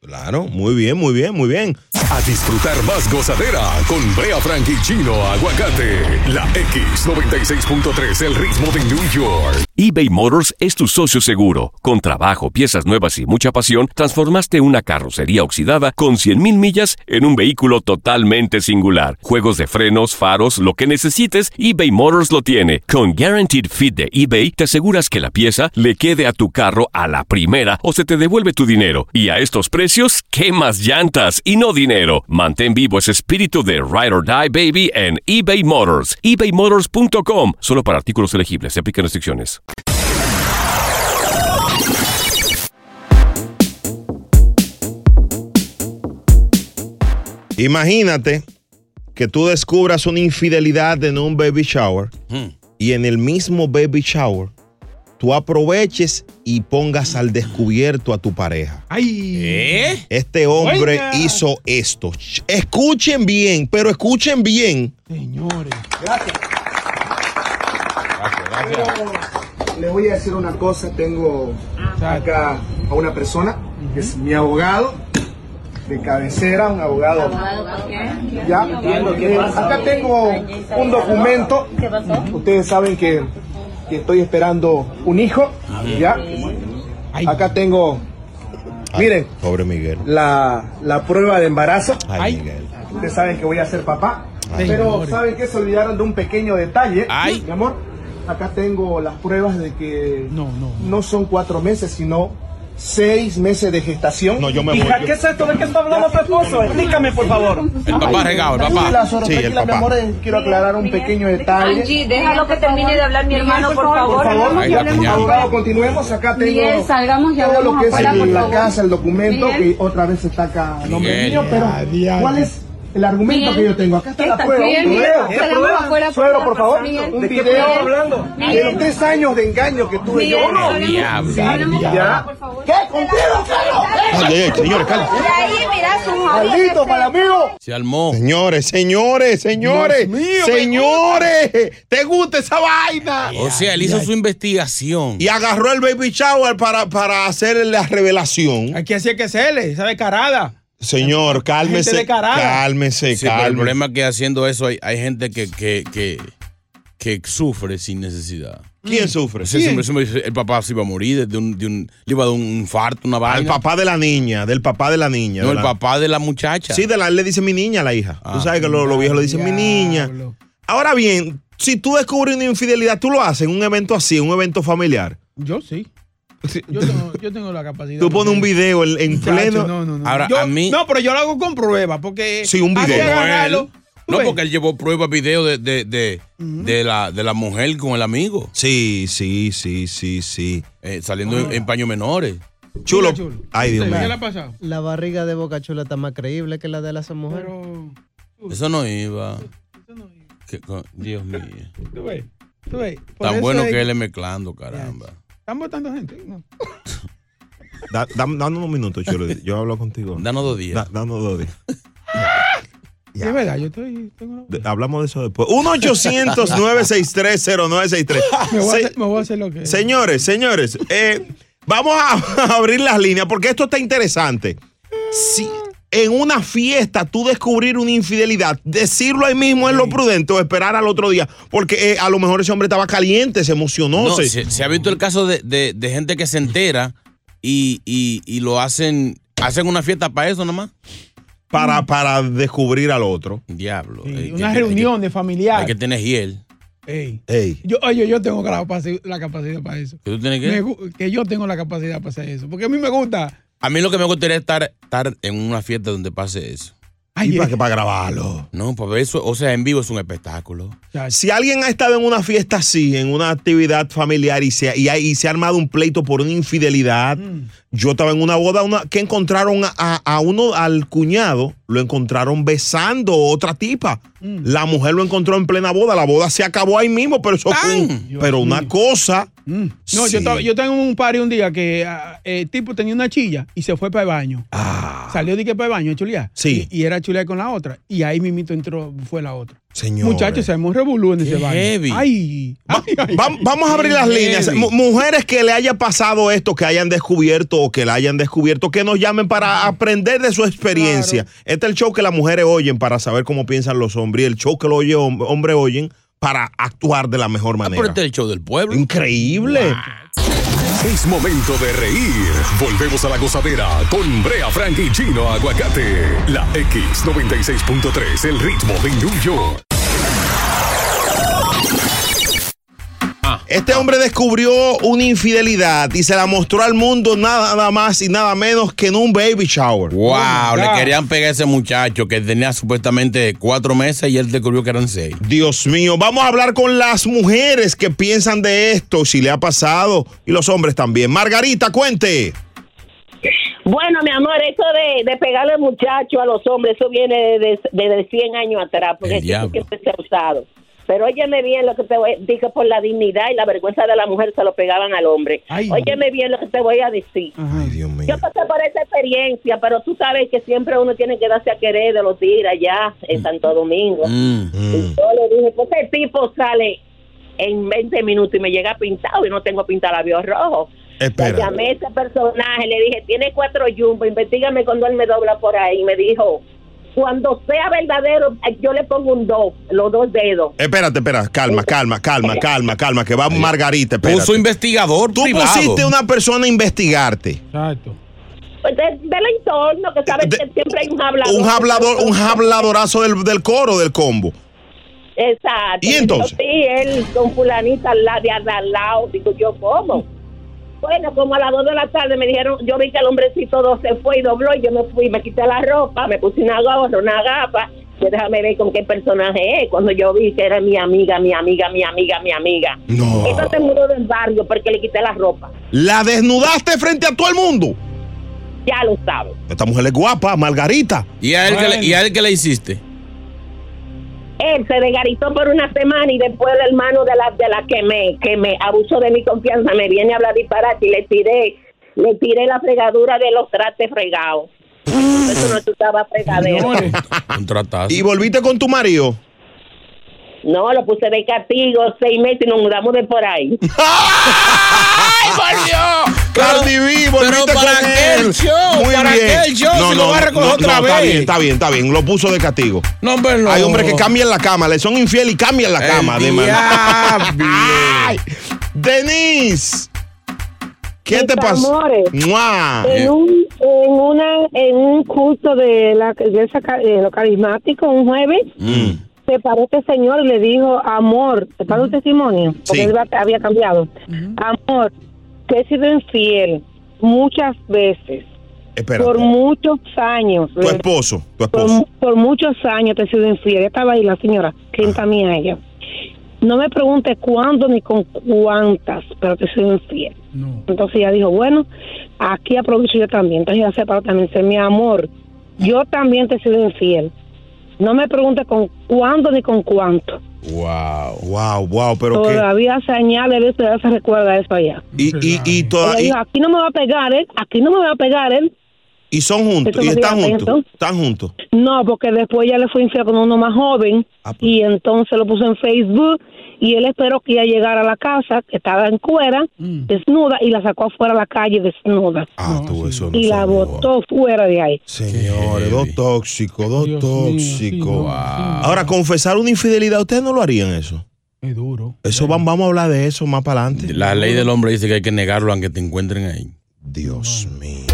Speaker 1: claro, muy bien, muy bien, muy bien.
Speaker 6: A disfrutar más gozadera con Brea Frank y Chino Aguacate. La X96.3, el ritmo de New York.
Speaker 5: eBay Motors es tu socio seguro. Con trabajo, piezas nuevas y mucha pasión, transformaste una carrocería oxidada con 100.000 millas en un vehículo totalmente singular. Juegos de frenos, faros, lo que necesites, eBay Motors lo tiene. Con Guaranteed Fit de eBay, te aseguras que la pieza le quede a tu carro a la primera o se te devuelve tu dinero. Y a estos precios, ¿qué más llantas y no dinero? Mantén vivo ese espíritu de Ride or Die Baby en eBay Motors. ebaymotors.com. Solo para artículos elegibles. Se aplican restricciones.
Speaker 1: Imagínate que tú descubras una infidelidad en un baby shower
Speaker 4: Hmm.
Speaker 1: y en el mismo baby shower tú tú aproveches y pongas al descubierto a tu pareja.
Speaker 2: ¡Ay!
Speaker 4: ¿Eh?
Speaker 1: Este hombre
Speaker 2: Oiga.
Speaker 1: hizo esto. Ch- Escuchen bien, pero escuchen bien.
Speaker 2: Señores.
Speaker 10: Le voy a decir una cosa, tengo acá a una persona, que es mi abogado de cabecera, un abogado. Ya, eh, acá tengo un documento. Ustedes saben que, que estoy esperando un hijo, ya. Acá tengo, miren,
Speaker 1: Pobre Miguel.
Speaker 10: la, la prueba de embarazo.
Speaker 1: Ay, Miguel.
Speaker 10: Ustedes saben que voy a ser papá.
Speaker 1: Ay.
Speaker 10: Pero saben que se olvidaron de un pequeño detalle.
Speaker 4: Ay.
Speaker 10: Mi amor, acá tengo las pruebas de que no, son cuatro meses, sino seis meses de gestación.
Speaker 1: No, yo me voy,
Speaker 10: Hija,
Speaker 1: yo-
Speaker 10: ¿qué es esto? ¿De qué está hablando tu esposo? Explícame, por favor.
Speaker 4: El papá regado, el
Speaker 10: Tranquila,
Speaker 4: papá.
Speaker 10: Soro,
Speaker 1: Sí, el
Speaker 10: tranquila, mi
Speaker 1: papá.
Speaker 10: amor, eh, quiero aclarar un pequeño detalle.
Speaker 11: Angie, déjalo que termine de hablar mi hermano, por
Speaker 10: Por
Speaker 11: favor.
Speaker 10: favor,
Speaker 4: Ahí la
Speaker 10: hablemos,
Speaker 4: puñalada.
Speaker 10: abogado, continuemos. Acá tengo
Speaker 11: Miguel, salgamos y
Speaker 10: todo lo
Speaker 11: hablemos
Speaker 10: que es
Speaker 11: afuera,
Speaker 10: el-
Speaker 11: por
Speaker 10: la
Speaker 11: favor.
Speaker 10: casa, el documento,
Speaker 11: Miguel.
Speaker 10: que otra vez está acá a nombre
Speaker 4: Miguel.
Speaker 10: mío, pero
Speaker 2: ya,
Speaker 10: ¿cuál
Speaker 2: ya.
Speaker 10: es el argumento
Speaker 11: Miguel,
Speaker 10: que yo tengo? Acá está la
Speaker 11: esta,
Speaker 10: prueba.
Speaker 11: Miguel,
Speaker 10: un
Speaker 11: Miguel,
Speaker 10: video.
Speaker 11: salgamos
Speaker 10: ¿Qué prueba?
Speaker 11: afuera, por
Speaker 10: Suegro, por
Speaker 11: favor,
Speaker 10: favor,
Speaker 11: Miguel.
Speaker 10: un
Speaker 11: ¿De qué
Speaker 10: video
Speaker 11: prueba?
Speaker 10: hablando de
Speaker 11: Miguel.
Speaker 10: los tres años de engaño que tuve yo.
Speaker 11: Miguel, hablemos-
Speaker 4: Diablo.
Speaker 11: hablemos
Speaker 2: Ya,
Speaker 11: afuera,
Speaker 10: ya.
Speaker 11: por favor.
Speaker 10: ¿Qué? ¿Contigo, Carlos?
Speaker 1: Ay, ay, ay, señores, calma.
Speaker 11: Y ahí, mira su
Speaker 10: Maldito para mí.
Speaker 4: Se armó.
Speaker 1: Señores, señores, señores,
Speaker 2: Dios mío, me
Speaker 1: señores, ¿te gusta esa vaina?
Speaker 4: O sea, él hizo su investigación.
Speaker 1: Y agarró el baby shower para, para hacer la revelación.
Speaker 2: Aquí así es que se le, esa descarada.
Speaker 1: Señor,
Speaker 2: Gente
Speaker 1: cálmese,
Speaker 2: de carajo.
Speaker 1: cálmese,
Speaker 4: Sí, pero el
Speaker 1: cálmese.
Speaker 4: problema es que haciendo eso hay, hay gente que, que, que, que sufre sin necesidad.
Speaker 1: ¿Quién sufre?
Speaker 4: O sea, siempre- siempre dice, el papá se iba a morir de un, de un- le iba a dar un infarto, una vaina.
Speaker 1: Al papá de la niña, del papá de la niña.
Speaker 4: No,
Speaker 1: de
Speaker 4: el
Speaker 1: la-
Speaker 4: papá Ah. de la muchacha.
Speaker 1: Sí, de la, él le dice mi niña a la hija. tú sabes que lo- los viejos le dicen mi niña.
Speaker 2: Diablo.
Speaker 1: Ahora bien, si tú descubres una infidelidad, tú lo haces en un evento así, en un evento familiar.
Speaker 2: Yo sí. Yo tengo, yo tengo la capacidad.
Speaker 1: Tú pones un video en, en
Speaker 2: Chacho,
Speaker 1: pleno.
Speaker 2: No, no, no.
Speaker 4: Ahora,
Speaker 2: Yo-
Speaker 4: a mí-
Speaker 2: No, pero yo lo hago con prueba, porque.
Speaker 1: Sí, un
Speaker 2: hay que
Speaker 1: video.
Speaker 4: Como él.
Speaker 2: agarrarlo. Tú
Speaker 4: No,
Speaker 2: ves.
Speaker 4: porque él llevó pruebas, video de, de, de, de la, de la mujer con el amigo,
Speaker 1: Sí, sí, sí, sí, sí.
Speaker 4: eh, saliendo en, en paños menores.
Speaker 1: Chulo.
Speaker 2: Mira, chulo.
Speaker 1: Ay, Dios
Speaker 2: ¿Qué
Speaker 1: mío.
Speaker 2: le ha pasado?
Speaker 12: La barriga de Boca Chula está más creíble que la de las mujeres.
Speaker 2: Pero.
Speaker 4: Eso no iba. Que co- Dios mío.
Speaker 2: Tú ves. Tú ves. Por
Speaker 4: Tan
Speaker 2: eso
Speaker 4: bueno
Speaker 2: es
Speaker 4: que él es mezclando, caramba.
Speaker 2: Están votando gente. No.
Speaker 1: Da- dam- Dame unos minutos, Chulo. Yo hablo contigo.
Speaker 4: Danos dos
Speaker 1: Da-
Speaker 4: días.
Speaker 1: Danos dos días.
Speaker 2: Sí, Es verdad, yo estoy. Tengo una...
Speaker 1: De- Hablamos de eso después. 1-800-963-0963.
Speaker 2: me, voy
Speaker 1: Se-
Speaker 2: a hacer, me voy a hacer lo que.
Speaker 1: Señores, señores, eh, vamos a, a abrir las líneas porque esto está interesante. Si en una fiesta tú descubrir una infidelidad, decirlo ahí mismo es lo prudente o esperar al otro día, porque eh, a lo mejor ese hombre estaba caliente, se emocionó.
Speaker 4: No,
Speaker 1: se-
Speaker 4: se, se ha visto el caso de, de- de gente que se entera y, y- y lo hacen, hacen una fiesta para eso nomás.
Speaker 1: para, para descubrir al otro.
Speaker 4: Diablo.
Speaker 2: Sí,
Speaker 4: eh,
Speaker 2: una
Speaker 4: hay que-
Speaker 2: reunión de
Speaker 4: Hay que, hay
Speaker 2: familiares.
Speaker 4: que tener hiel.
Speaker 2: Ey.
Speaker 1: Ey.
Speaker 2: Yo, oye, yo tengo la, capaci- la capacidad para eso.
Speaker 4: ¿Tú tienes que?
Speaker 2: Me gu- que yo tengo la capacidad para hacer eso. Porque a mí me gusta.
Speaker 4: A mí lo que me gustaría es estar, estar en una fiesta donde pase eso.
Speaker 1: Y
Speaker 2: Ay,
Speaker 1: para,
Speaker 2: eh,
Speaker 1: que- para grabarlo.
Speaker 4: No, pues eso, o sea, en vivo es un espectáculo.
Speaker 2: chacho.
Speaker 1: Si alguien ha estado en una fiesta así, en una actividad familiar y se, y, ha- y se ha armado un pleito por una infidelidad, yo estaba en una boda una, que encontraron a, a- a uno, al cuñado, lo encontraron besando a otra tipa. La mujer lo encontró en plena boda, la boda se acabó ahí mismo, pero eso fue un-
Speaker 4: ¡Tan!
Speaker 1: pero una cosa.
Speaker 2: Mm. No,
Speaker 1: Sí.
Speaker 2: yo, estaba- yo tengo un party un día que ah, el tipo tenía una chilla y se fue para el baño. Salió de que para el baño a chulear.
Speaker 1: Ah. Sí.
Speaker 2: Y, y era chulear con la otra. Y ahí mimito entró, fue la otra.
Speaker 1: Señores.
Speaker 2: Muchachos, se un revolú en ese baño.
Speaker 4: heavy.
Speaker 2: Ay, ay, ay,
Speaker 1: Va- vamos a abrir las
Speaker 4: Heavy.
Speaker 1: líneas. Mu- mujeres que le haya pasado esto, que hayan descubierto o que la hayan descubierto, que nos llamen para aprender de su experiencia. Este es el show que las mujeres oyen para saber cómo piensan los hombres y el show que los oye, hom- hombres oyen para actuar de la mejor
Speaker 4: Ah, pero
Speaker 1: manera.
Speaker 4: este es el show del pueblo.
Speaker 1: Increíble.
Speaker 6: Es momento de reír. Volvemos a la gozadera con Brea Frank y Chino Aguacate. La X96.3, el ritmo de New York.
Speaker 4: ah.
Speaker 1: Este hombre descubrió una infidelidad y se la mostró al mundo nada más y nada menos que en un baby shower.
Speaker 4: Wow, le
Speaker 2: Oh, God.
Speaker 4: querían pegar a ese muchacho que tenía supuestamente cuatro meses y él descubrió que eran seis.
Speaker 1: Dios mío, vamos a hablar con las mujeres que piensan de esto, si le ha pasado, y los hombres también. Margarita, cuente.
Speaker 11: Bueno, mi amor, eso de, de pegarle muchacho a los hombres, eso viene desde de, 100 años atrás,
Speaker 4: El
Speaker 11: porque eso
Speaker 4: diablo.
Speaker 11: siempre se ha usado. Pero óyeme bien lo que te voy digo por la dignidad y la vergüenza de la mujer se lo pegaban al hombre. óyeme bien lo que te voy a decir. Yo pasé por esa experiencia, pero tú sabes que siempre uno tiene que darse a querer de los tigres allá
Speaker 4: Mm.
Speaker 11: en Santo Domingo.
Speaker 1: Mm.
Speaker 11: Y yo le dije, pues ese tipo sale en 20 minutos y me llega pintado y no tengo pintalabios rojos. Le
Speaker 1: Espera.
Speaker 11: llamé a ese personaje, le dije, tiene cuatro jumbo, investigame cuando él me dobla por ahí. Y me dijo, cuando sea verdadero, eh, yo le pongo un dos, los dos dedos.
Speaker 1: Espérate, espera, calma, calma, calma, calma, calma, que va Margarita. Espérate.
Speaker 4: Puso
Speaker 1: investigador Tú
Speaker 4: privado.
Speaker 1: pusiste una persona a investigarte.
Speaker 11: Pues de- del entorno, que sabes que siempre hay un hablador.
Speaker 1: Un hablador, un habladorazo del, del coro del combo.
Speaker 11: Exacto.
Speaker 1: ¿Y entonces?
Speaker 11: Sí, él con fulanita al lado, de al lado, digo yo, ¿cómo? Bueno, como a las dos de la tarde me dijeron, yo vi que el hombrecito dos se fue y dobló y yo me fui, me quité la ropa, me puse una gorra, una gafa, que déjame ver con qué personaje es, cuando yo vi que era mi amiga, mi amiga, mi amiga, mi amiga.
Speaker 1: No.
Speaker 11: Esto se mudó del barrio porque le quité la ropa,
Speaker 1: La desnudaste frente a todo el mundo.
Speaker 11: ya lo sabes.
Speaker 1: Esta mujer es guapa, Margarita.
Speaker 4: ¿Y a él, que, le, y a él que le hiciste?
Speaker 11: Él se desgaritó por una semana y después el hermano de la de la que me que me abusó de mi confianza me viene a hablar disparate y le tiré le tiré la fregadura de los trastes fregados. Eso no tú estabas fregadero.
Speaker 1: ¿Y volviste con tu marido?
Speaker 11: No, lo puse de castigo seis meses y nos mudamos de por ahí.
Speaker 4: ¡Ay, volvió!
Speaker 1: Cardi B, volviste
Speaker 4: pero para
Speaker 1: con
Speaker 4: qué
Speaker 1: él.
Speaker 4: el show, para qué el show, si lo va a recoger otra
Speaker 1: Está
Speaker 4: vez.
Speaker 1: bien, está bien, está bien. Lo puso de castigo.
Speaker 4: No, hombre, no.
Speaker 1: Hay hombres que cambian la cama, le son infieles y cambian la cama. De manera- Ay, Denise, ¿qué
Speaker 13: Mis
Speaker 1: te pasó?
Speaker 13: amores,
Speaker 1: ¡Mua! Eh,
Speaker 13: En un, en una, en un culto de la iglesia ca- eh, lo carismático, un jueves,
Speaker 4: Mm.
Speaker 13: se paró este señor y le dijo, amor, te paró un testimonio, porque
Speaker 7: Sí.
Speaker 13: él iba- había cambiado. Amor, te he sido infiel muchas veces.
Speaker 1: Espérate.
Speaker 13: Por muchos años.
Speaker 1: Tu esposo, tu
Speaker 13: Por,
Speaker 1: esposo.
Speaker 13: por muchos años te he sido infiel. Ella Estaba ahí la señora, clienta mía ella. No me preguntes cuándo ni con cuántas, pero te he sido infiel. Entonces ella dijo, bueno, aquí aprovecho yo también. Entonces ella se paró también y dice, mi amor, yo también te he sido infiel. No me preguntes con cuándo ni con cuánto.
Speaker 1: Wow, wow, wow, pero qué.
Speaker 13: Todavía señala él, todavía se recuerda eso allá.
Speaker 1: Y, y, y,
Speaker 13: Ella
Speaker 1: toda- y,
Speaker 13: dijo, aquí no me va a pegar él, aquí no me va a pegar ¿eh? él.
Speaker 1: y son juntos,
Speaker 13: Eso
Speaker 1: y
Speaker 13: me
Speaker 1: están
Speaker 13: diga,
Speaker 1: juntos,
Speaker 13: ¿entonces?
Speaker 1: están juntos.
Speaker 13: No, porque después ya le fue infiel con uno más joven y entonces lo puso en Facebook y él esperó que ella llegara a la casa, que estaba en cuera,
Speaker 1: Mm.
Speaker 13: desnuda, y la sacó afuera a la calle desnuda. y la botó fuera de ahí.
Speaker 1: Señores, dos tóxicos, dos tóxicos. Ahora, confesar una infidelidad, ustedes no lo harían eso.
Speaker 2: Es duro.
Speaker 1: Eso van- vamos a hablar de eso más para adelante.
Speaker 4: La ley del hombre dice que hay que negarlo aunque te encuentren ahí.
Speaker 1: Dios mío.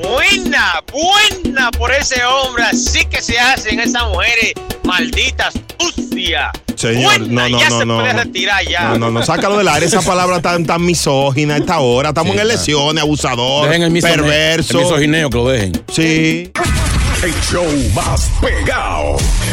Speaker 14: Buena, buena por ese hombre. Así que se hacen esas mujeres malditas, sucias.
Speaker 1: Señor,
Speaker 14: Buena,
Speaker 1: no, no,
Speaker 14: ya
Speaker 1: no,
Speaker 14: se
Speaker 1: no.
Speaker 14: puede
Speaker 1: no.
Speaker 14: retirar ya.
Speaker 1: No, no, no, sácalo del aire, esa palabra tan, tan misógina a esta hora. Estamos
Speaker 4: Sí,
Speaker 1: en
Speaker 4: claro.
Speaker 1: elecciones, abusador,
Speaker 4: Dejen el misogine-
Speaker 1: Oh, perverso.
Speaker 4: el misogineo que lo dejen.
Speaker 1: Sí.
Speaker 6: El show más pegado.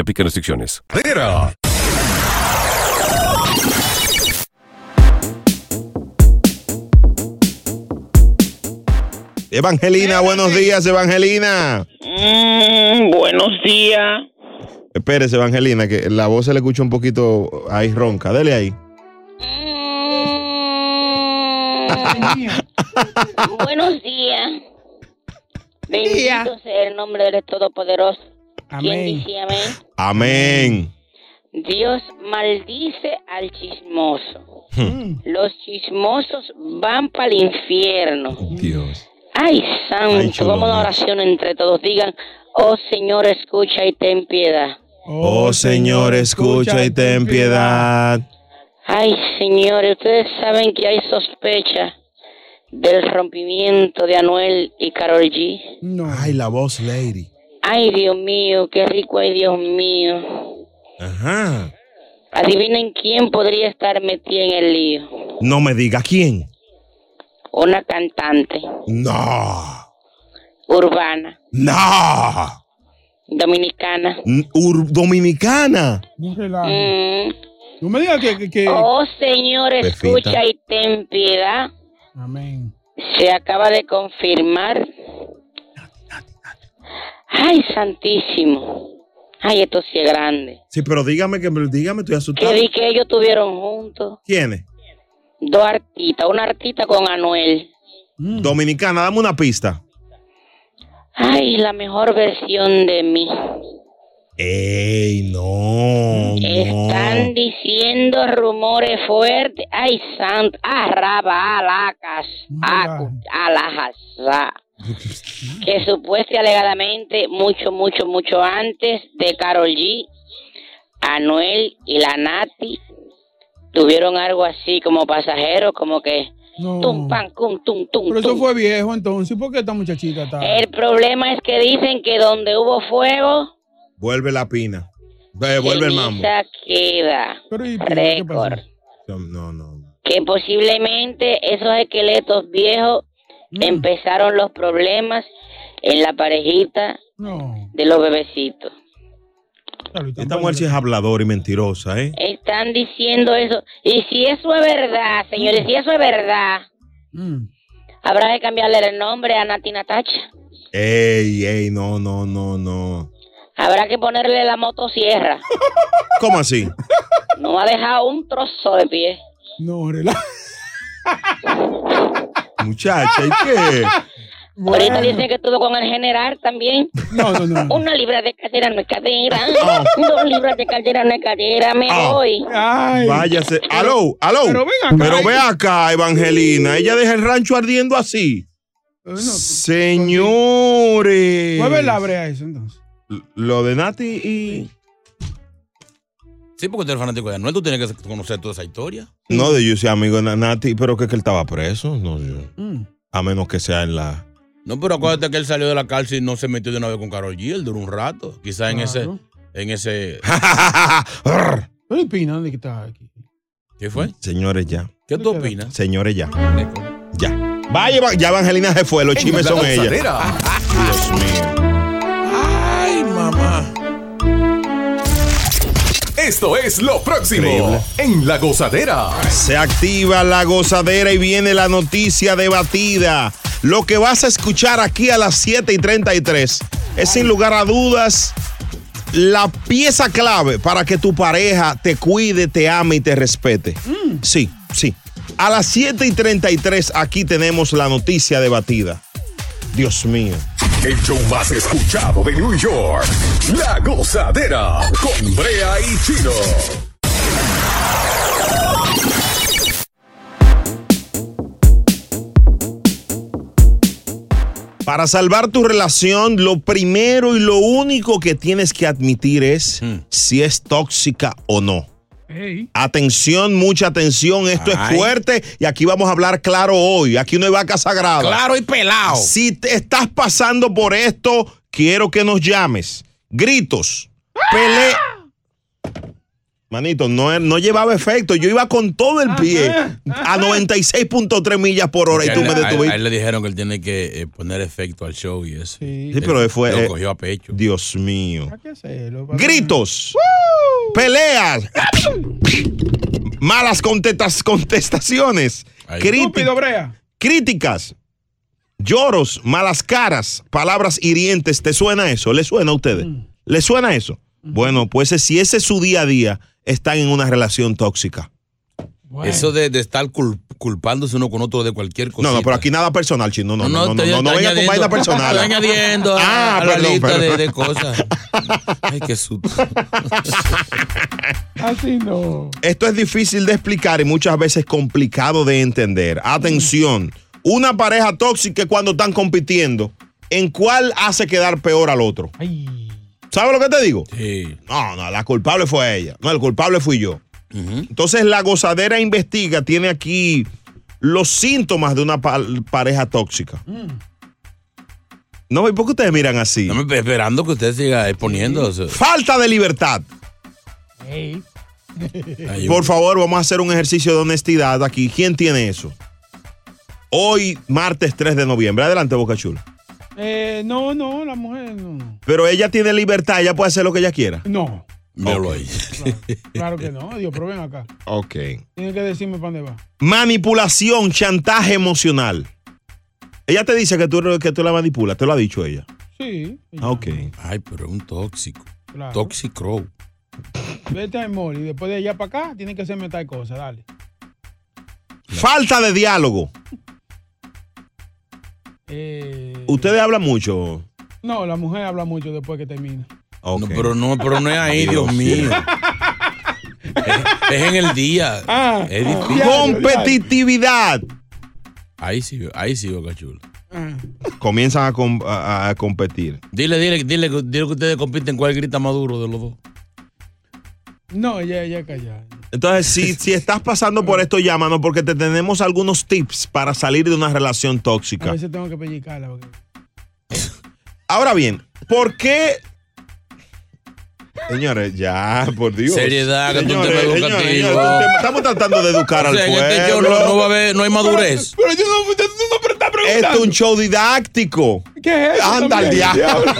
Speaker 5: aplican restricciones.
Speaker 6: Era.
Speaker 1: Evangelina, buenos días, Evangelina.
Speaker 14: Mm,
Speaker 15: buenos días.
Speaker 1: Espérese, Evangelina, que la voz se le escucha un poquito ahí ronca. Dele ahí.
Speaker 15: Buenos días. Bendito sea el nombre del Todopoderoso. ¿Quién dice amén?
Speaker 1: Amén.
Speaker 15: Dios maldice al chismoso. Los chismosos van para el infierno.
Speaker 1: Dios.
Speaker 15: Ay, santo, vamos a una oración entre todos. Digan, oh Señor, escucha y ten piedad.
Speaker 1: Oh, Señor, escucha y ten piedad.
Speaker 15: Ay, señores, ustedes saben que hay sospecha del rompimiento de Anuel y Carol G.
Speaker 1: Ay, la voz, lady.
Speaker 15: Ay, Dios mío, qué rico, ay, Dios mío.
Speaker 1: Ajá.
Speaker 15: Adivinen quién podría estar metida en el lío.
Speaker 1: No me diga quién.
Speaker 15: Una cantante
Speaker 1: No,
Speaker 15: urbana,
Speaker 1: no.
Speaker 15: dominicana.
Speaker 1: N- Ur- Dominicana.
Speaker 15: Mm.
Speaker 2: No me digas que, que- que-
Speaker 15: Oh, Señor,
Speaker 2: Pepita.
Speaker 15: escucha y ten piedad. Se acaba de confirmar. Ay, santísimo. Ay, esto sí es grande.
Speaker 1: Sí, pero dígame que me- dígame, estoy
Speaker 15: Que
Speaker 1: asustado.
Speaker 15: vi que ellos tuvieron juntos
Speaker 1: ¿Quién es?
Speaker 15: dos artistas, una artista con Anuel.
Speaker 1: Mm. Dominicana, dame una pista.
Speaker 15: Ay, la mejor versión de mí.
Speaker 1: Ey, no,
Speaker 15: Están diciendo rumores fuertes. Ay, santo. Arraba, alacas, acu, alajas. ah. Que supuesta y alegadamente, mucho, mucho, mucho antes de Carol G, Anuel y la Nati tuvieron algo así como pasajeros, como que. Tum, pan, cum, tum, tum,
Speaker 2: Pero eso
Speaker 15: tum.
Speaker 2: fue viejo entonces. ¿Por qué esta muchachita está?
Speaker 15: El problema es que dicen que donde hubo fuego,
Speaker 1: Vuelve la pina. Eh, vuelve el mambo.
Speaker 15: Esa queda. Récord. Que posiblemente esos esqueletos viejos
Speaker 2: Mm.
Speaker 15: empezaron los problemas en la parejita de los bebecitos.
Speaker 1: Esta mujer sí es habladora y mentirosa, ¿eh?
Speaker 15: Están diciendo eso. Y si eso es verdad, señores,
Speaker 2: Mm.
Speaker 15: si eso es verdad, habrá que cambiarle el nombre a Nati Natacha.
Speaker 1: Ey, ey, no, no, no, no.
Speaker 15: Habrá que ponerle la motosierra.
Speaker 1: ¿Cómo así?
Speaker 15: No ha dejado un trozo de pie.
Speaker 2: No, relaja.
Speaker 1: Muchacha, ¿y qué?
Speaker 15: Ahorita dicen que estuvo con el general también.
Speaker 2: No, no, no. Ah.
Speaker 15: Una libra de cadera no es cadera. Dos libras de cadera no es cadera. Me
Speaker 1: Ah.
Speaker 15: voy.
Speaker 1: Váyase. Aló, aló. Pero, ve acá, Evangelina. Ella deja el rancho ardiendo así. Señores.
Speaker 2: Mueve la brea eso entonces.
Speaker 1: Lo de Nati y.
Speaker 4: Sí, porque tú eres fanático de Anuel, tú tienes que conocer toda esa historia.
Speaker 1: No, de yo soy amigo de Na- Nati, pero que, que él estaba preso. No, yo- A menos que sea en la.
Speaker 4: No, pero acuérdate que él salió de la cárcel y no se metió de una vez con Carol G. Él duró un rato. Quizás en ese. En ese.
Speaker 2: ¿Qué opina? ¿Dónde que está aquí?
Speaker 4: ¿Qué fue?
Speaker 1: Señores, ya.
Speaker 4: ¿Qué tú opinas?
Speaker 1: Señores, ya. Ya. Vaya, Eva- ya Evangelina se fue, los
Speaker 4: En
Speaker 1: chimes
Speaker 4: la
Speaker 1: son ella.
Speaker 4: gozadera.
Speaker 1: Dios mío.
Speaker 4: Ay, mamá.
Speaker 6: Esto es lo próximo
Speaker 1: Increíble.
Speaker 6: en La Gozadera.
Speaker 1: Se activa la gozadera y viene la noticia debatida. Lo que vas a escuchar aquí a las 7 y 33 es sin lugar a dudas la pieza clave para que tu pareja te cuide, te ame y te respete. Sí, sí. A las 7 y 33 aquí tenemos la noticia debatida. Dios mío.
Speaker 6: El show más escuchado de New York. La Gozadera con Brea y Chino.
Speaker 1: Para salvar tu relación, lo primero y lo único que tienes que admitir es
Speaker 4: Hmm.
Speaker 1: si es tóxica o no. Atención, mucha atención, esto
Speaker 4: Ay.
Speaker 1: es fuerte y aquí vamos a hablar claro hoy. Aquí no hay vaca sagrada.
Speaker 4: Claro y pelado.
Speaker 1: Si te estás pasando por esto, quiero que nos llames. Gritos, pele. Manito, no, no llevaba efecto. Yo iba con todo el pie a 96.3 millas por hora y tú
Speaker 4: A
Speaker 1: me
Speaker 4: él- a él-
Speaker 1: detuviste.
Speaker 4: A él le dijeron que él tiene que eh, poner efecto al show y eso. Sí,
Speaker 1: pero él fue-
Speaker 4: Lo
Speaker 1: eh,
Speaker 4: cogió a pecho.
Speaker 1: Dios mío. Gritos. Peleas. Malas contestas- contestaciones. críti- Críticas. Lloros, malas caras, palabras hirientes. ¿Te suena eso? ¿Le suena a ustedes? ¿Le suena eso? Bueno, pues eh, si ese es su día a día, están en una relación tóxica.
Speaker 4: Eso de, de estar cul- culpándose uno con otro de cualquier cosa.
Speaker 1: No, no, pero aquí nada personal, chino. No, no, no, no,
Speaker 4: estoy-
Speaker 1: no, no venga
Speaker 4: estoy
Speaker 1: con
Speaker 4: añadiendo-
Speaker 1: vaina personal.
Speaker 4: Estoy añadiendo
Speaker 1: Ah,
Speaker 4: a, a la
Speaker 1: perdón,
Speaker 4: lista de,
Speaker 1: perdón.
Speaker 4: de cosas. Ay, qué susto.
Speaker 2: Así no.
Speaker 1: Esto es difícil de explicar y muchas veces complicado de entender. Atención, una pareja tóxica es cuando están compitiendo, ¿en cuál hace quedar peor al otro? ¿Sabes lo que te digo?
Speaker 4: Sí.
Speaker 1: No, no, la culpable fue ella. No, el culpable fui yo. Entonces, la gozadera investiga, tiene aquí los síntomas de una pa- pareja tóxica. No, ¿y por qué ustedes miran así?
Speaker 4: Esperando que usted siga exponiendo.
Speaker 1: Falta de libertad. Por favor, vamos a hacer un ejercicio de honestidad aquí. ¿Quién tiene eso? Hoy, martes 3 de noviembre. Adelante, Boca Chula.
Speaker 2: Eh, no, no, la mujer no.
Speaker 1: Pero ella tiene libertad, ella puede hacer lo que ella quiera.
Speaker 2: No,
Speaker 1: Míralo
Speaker 2: claro que no. Dios, pero ven acá.
Speaker 1: Ok.
Speaker 2: Tienes que decirme para dónde va.
Speaker 1: Manipulación, chantaje emocional. Ella te dice que tú, que tú la manipulas, te lo ha dicho ella.
Speaker 2: Sí.
Speaker 1: Ah, ok.
Speaker 4: Ay, pero es un tóxico.
Speaker 2: Claro.
Speaker 4: Tóxico.
Speaker 2: Vete a Mori y después de allá para acá tienes que hacerme tal cosa, dale.
Speaker 1: Falta de diálogo.
Speaker 2: Eh,
Speaker 1: Ustedes hablan mucho.
Speaker 2: no, la mujer habla mucho después que termina.
Speaker 1: No,
Speaker 4: pero no, pero no es ahí, Dios mío. Es, es en el día.
Speaker 2: Ah,
Speaker 4: es difícil.
Speaker 1: Competitividad.
Speaker 4: Ahí sí, ahí sí, Boca Chula.
Speaker 1: Mm. Comienzan a, com- a- a competir.
Speaker 4: Dile, dile, dile, dile que ustedes compiten cuál grita más duro de los dos.
Speaker 2: No, ya, ya calla.
Speaker 1: Entonces, si, si estás pasando por esto, llámanos porque te tenemos algunos tips para salir de una relación
Speaker 2: A
Speaker 1: tóxica.
Speaker 2: veces tengo que pellicarla. porque-
Speaker 1: Ahora bien, ¿por qué? Señores, ya, por Dios.
Speaker 4: Seriedad, que tú
Speaker 1: Señores,
Speaker 4: un tema
Speaker 1: señores,
Speaker 4: educativo.
Speaker 1: señores, es un tema- estamos tratando de educar
Speaker 4: O sea,
Speaker 1: al
Speaker 4: en
Speaker 1: pueblo.
Speaker 4: este show no- no va a haber- no hay madurez.
Speaker 2: Pero yo no, usted no me está
Speaker 1: Esto es un show didáctico.
Speaker 2: ¿Qué es eso
Speaker 1: Anda al
Speaker 2: también?
Speaker 1: diablo.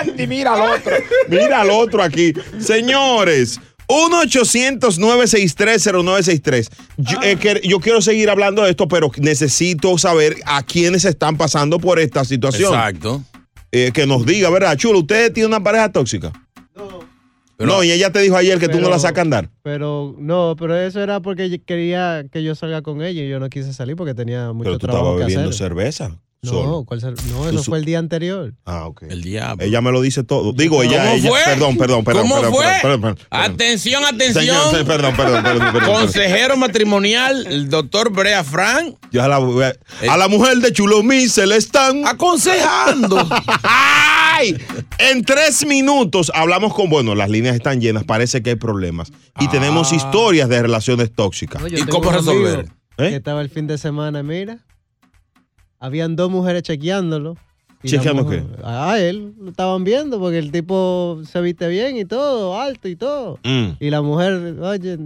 Speaker 2: Andy, mira al otro.
Speaker 1: Mira al otro aquí. Señores, 1-800-963-0963. Yo, eh, que- yo quiero seguir hablando de esto, pero necesito saber a quiénes están pasando por esta situación.
Speaker 4: Exacto.
Speaker 1: Eh, que nos diga, ¿verdad? Chulo, ¿usted tiene una pareja tóxica? No. No, y ella te dijo ayer que tú no
Speaker 12: Pero-
Speaker 1: la sacas a andar.
Speaker 12: Pero no, pero eso era porque yo quería que yo salga con ella y yo no quise salir porque tenía mucho
Speaker 1: Pero tú
Speaker 12: trabajo
Speaker 1: estabas
Speaker 12: que
Speaker 1: bebiendo
Speaker 12: hacer.
Speaker 1: cerveza. solo.
Speaker 12: No, ¿cuál cer- no,
Speaker 1: Tú
Speaker 12: eso
Speaker 1: su-
Speaker 12: fue el día anterior.
Speaker 1: Ah, ok. El
Speaker 4: diablo.
Speaker 1: Ella me lo dice todo. Digo, ella,
Speaker 12: ¿Cómo
Speaker 1: ella.
Speaker 12: fue?
Speaker 1: Perdón, perdón, perdón.
Speaker 4: ¿Cómo
Speaker 1: perdón,
Speaker 4: fue?
Speaker 1: perdón, perdón, perdón.
Speaker 4: Atención, atención.
Speaker 1: Señor, se- perdón, perdón, perdón, perdón.
Speaker 4: Consejero matrimonial, el doctor Brea Frank.
Speaker 1: Yo a la, voy a- a la mujer de Chulomín se le están
Speaker 4: aconsejando.
Speaker 1: ¡Ay! En tres minutos hablamos con. Bueno, las líneas están llenas, parece que hay problemas. Y tenemos historias de relaciones tóxicas.
Speaker 12: Ah. No, yo tengo un amigo
Speaker 1: ¿Eh?
Speaker 12: Que estaba el fin de semana, mira. Habían dos mujeres chequeándolo. y la
Speaker 1: ¿Chequeando
Speaker 12: mujer-
Speaker 1: qué?
Speaker 12: A él lo estaban viendo porque el tipo se viste bien y todo, alto y todo.
Speaker 1: Mm.
Speaker 12: Y la mujer, oye,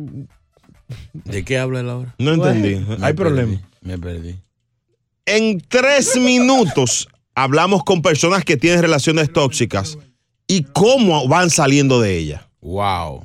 Speaker 4: ¿De qué habla él ahora?
Speaker 1: No entendí.
Speaker 4: Me
Speaker 1: hay
Speaker 4: perdí,
Speaker 1: problemas.
Speaker 4: Me perdí.
Speaker 1: En tres minutos hablamos con personas que tienen relaciones tóxicas y cómo van saliendo de ellas.
Speaker 4: Wow.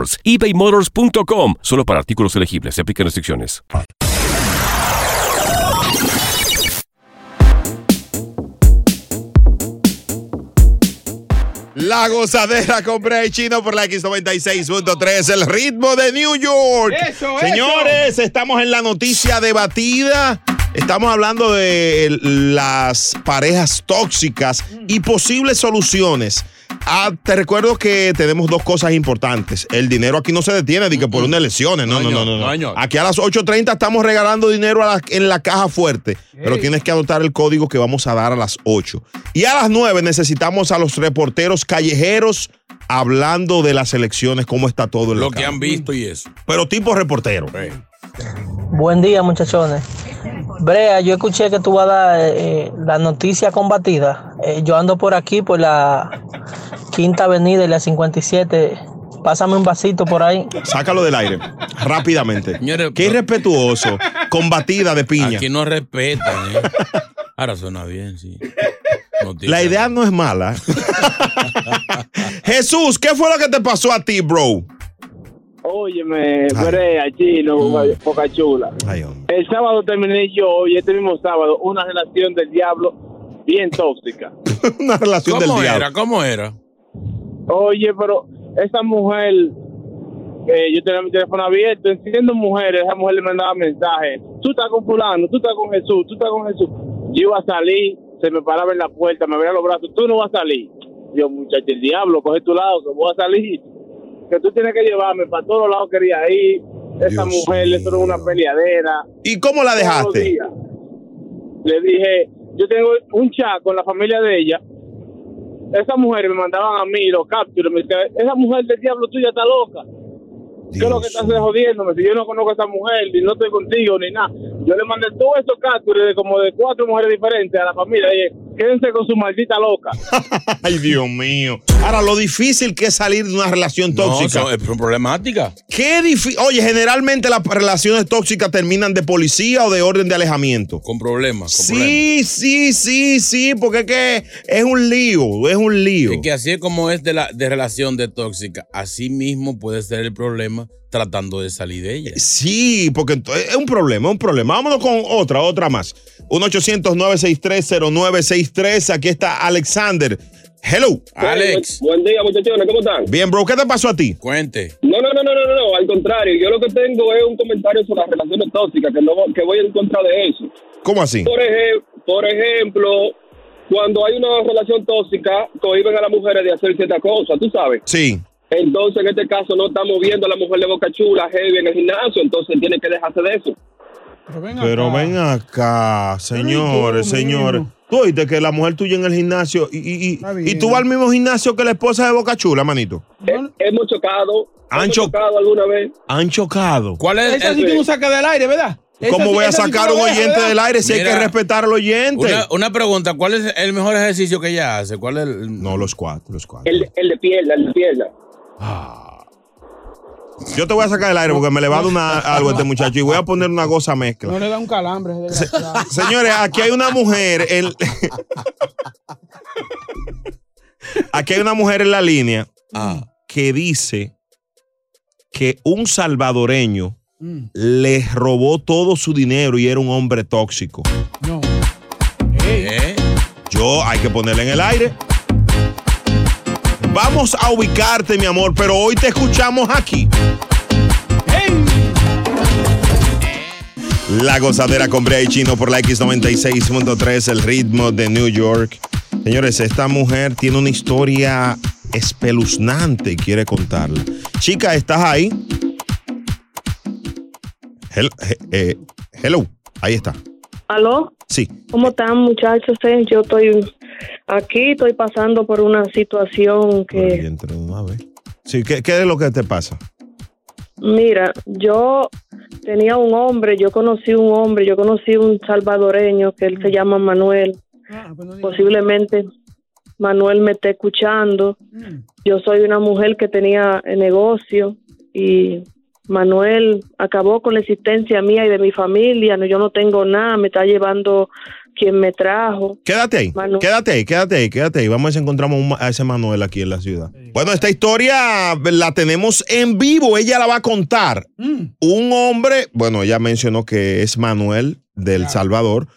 Speaker 5: ebaymotors.com. Solo para artículos elegibles. Se aplican restricciones.
Speaker 1: La gozadera con Brea y Chino por la X96.3, el ritmo de New York.
Speaker 2: Eso,
Speaker 1: Señores, Pues estamos en la noticia debatida. Estamos hablando de el- las parejas tóxicas y posibles soluciones. Ah, te recuerdo que tenemos dos cosas importantes. El dinero aquí no se detiene de que por unas elecciones. No, no, no, no. no. Aquí a las 8.30 estamos regalando dinero a la- en la caja fuerte. Pero tienes que anotar el código que vamos a dar a las 8. Y a las 9 necesitamos a los reporteros callejeros hablando de las elecciones, cómo está todo en la
Speaker 4: Lo que
Speaker 1: calle.
Speaker 4: han visto y eso.
Speaker 1: Pero tipo reportero.
Speaker 7: Buen día, muchachones. Brea, yo escuché que tú vas a dar eh, la noticia combatida. Eh, yo ando por aquí, por la Quinta Avenida y la 57. Pásame un vasito por ahí.
Speaker 1: Sácalo del aire, rápidamente. Qué irrespetuoso. Combatida de piña.
Speaker 4: Aquí no respetan, ¿eh? Ahora suena bien, sí.
Speaker 1: La idea no es mala. Jesús, ¿qué fue lo que te pasó a ti, bro?
Speaker 16: Óyeme, Brea, Chino, poca chula. El sábado terminé yo y este mismo sábado una relación del diablo bien tóxica.
Speaker 1: una relación
Speaker 4: ¿Cómo
Speaker 16: del
Speaker 4: era?
Speaker 16: diablo.
Speaker 4: ¿Cómo era?
Speaker 16: Oye, pero esa mujer, eh, yo tenía mi teléfono abierto, enciendo mujeres, esa mujer le mandaba mensajes. Tú estás con fulano, tú estás con Jesús, tú estás con Jesús. Yo iba a salir, se me paraba en la puerta, me abría los brazos, tú no vas a salir. Yo, muchacho, el diablo, coge tu lado, que voy a salir.
Speaker 3: que tú tienes que llevarme para todos lados quería ir. Esa mujer, eso era una peleadera.
Speaker 1: ¿Y cómo la dejaste?
Speaker 3: Le dije, yo tengo un chat con la familia de ella. Esa mujer me mandaban a mí los capturas. Me decía, esa mujer del diablo tuya está loca. ¿Qué es lo que estás jodiéndome? Si yo no conozco a esa mujer, ni no estoy contigo, ni nada. Yo le mandé todos esos capturas de como de cuatro mujeres diferentes a la familia. Oye, quédense con su maldita loca.
Speaker 1: Ay, Dios mío. Ahora, lo difícil que es salir de una relación tóxica.
Speaker 4: eso es problemática.
Speaker 1: Qué difícil. Oye, generalmente las relaciones tóxicas terminan de policía o de orden de alejamiento.
Speaker 4: Con problemas. Con problemas.
Speaker 1: Sí, sí, sí, sí, porque es que es un lío, es un lío.
Speaker 4: Y que así es como es de, la, de relación de tóxica, así mismo puede ser el problema tratando de salir de ella.
Speaker 1: Sí, porque ento- eh, es un problema, es un problema. Vámonos con otra, otra más. 1-800-963-0963. Aquí está Alexander. Hello.
Speaker 4: Alex.
Speaker 17: Buen día, muchachones, ¿cómo están?
Speaker 1: Bien, bro, ¿qué te pasó a ti?
Speaker 4: Cuente.
Speaker 17: No, no, no, no, no, no, no, al contrario, yo lo que tengo es un comentario sobre las relaciones tóxicas, que, no, que voy en contra de eso.
Speaker 1: ¿Cómo así?
Speaker 17: Por, ejem- por ejemplo, cuando hay una relación tóxica, cohiben a las mujeres de hacer ciertas cosas, tú sabes.
Speaker 1: Sí.
Speaker 17: Entonces, en este caso, no estamos viendo a la mujer de boca chula, heavy en el gimnasio, entonces tiene que dejarse de eso.
Speaker 1: Pero ven acá, señores, señores. Tú oíste que la mujer tuya en el gimnasio y, y- y- y tú vas al mismo gimnasio que la esposa de Boca Chula, manito.
Speaker 17: He- Hemos chocado,
Speaker 1: Han
Speaker 17: hemos
Speaker 1: cho-
Speaker 17: chocado alguna vez.
Speaker 1: Han chocado.
Speaker 4: ¿Cuál
Speaker 2: Esa sí que
Speaker 17: Eh,
Speaker 2: uno saca del aire, ¿verdad? Esa
Speaker 1: ¿Cómo
Speaker 2: sí-
Speaker 1: voy a
Speaker 2: esa sí
Speaker 1: sacar
Speaker 2: tú
Speaker 1: un
Speaker 2: la dejas,
Speaker 1: oyente
Speaker 2: ¿verdad?
Speaker 1: del aire si hay
Speaker 4: Mira,
Speaker 1: que respetar al oyente?
Speaker 4: Una, una pregunta, ¿cuál es el mejor ejercicio que ella hace? ¿Cuál es el...
Speaker 1: No, los cuatro, los cuatro.
Speaker 17: El, el de pierna, el de pierna.
Speaker 1: Ah. Yo te voy a sacar del aire porque me le va a dar una- algo a este muchacho y voy a poner una goza mezcla.
Speaker 2: No le da un calambre. es desgraciado.
Speaker 1: Señores, aquí hay una mujer. en- aquí hay una mujer en la línea que dice que un salvadoreño le robó todo su dinero y era un hombre tóxico.
Speaker 4: ¿Eh?
Speaker 1: Yo hay que ponerle en el aire. Vamos a ubicarte, mi amor, pero hoy te escuchamos aquí. La gozadera con Brea y Chino por la X96.3, el ritmo de New York. Señores, esta mujer tiene una historia espeluznante y quiere contarla. Chica, ¿estás ahí? Hel- he- eh, hello, ahí está.
Speaker 18: ¿Aló?
Speaker 1: Sí.
Speaker 18: ¿Cómo están, muchachos? Eh, Yo estoy aquí, estoy pasando por una situación que,
Speaker 1: Sí, ¿qué, qué es lo que te pasa?
Speaker 18: mira, yo tenía un hombre, yo conocí un hombre, yo conocí un salvadoreño que él se llama Manuel. Posiblemente Manuel me esté escuchando. Yo soy una mujer que tenía eh, negocio y Manuel acabó con la existencia mía y de mi familia. No, yo no tengo nada, me está llevando quien me trajo.
Speaker 1: Quédate ahí,
Speaker 18: Manu-
Speaker 1: quédate ahí, quédate ahí, quédate ahí. Vamos a ver si encontramos un ma- a ese Manuel aquí en la ciudad. Bueno, esta historia la tenemos en vivo, ella la va a contar.
Speaker 4: Mm.
Speaker 1: Un hombre, bueno, ella mencionó que es Manuel del Salvador,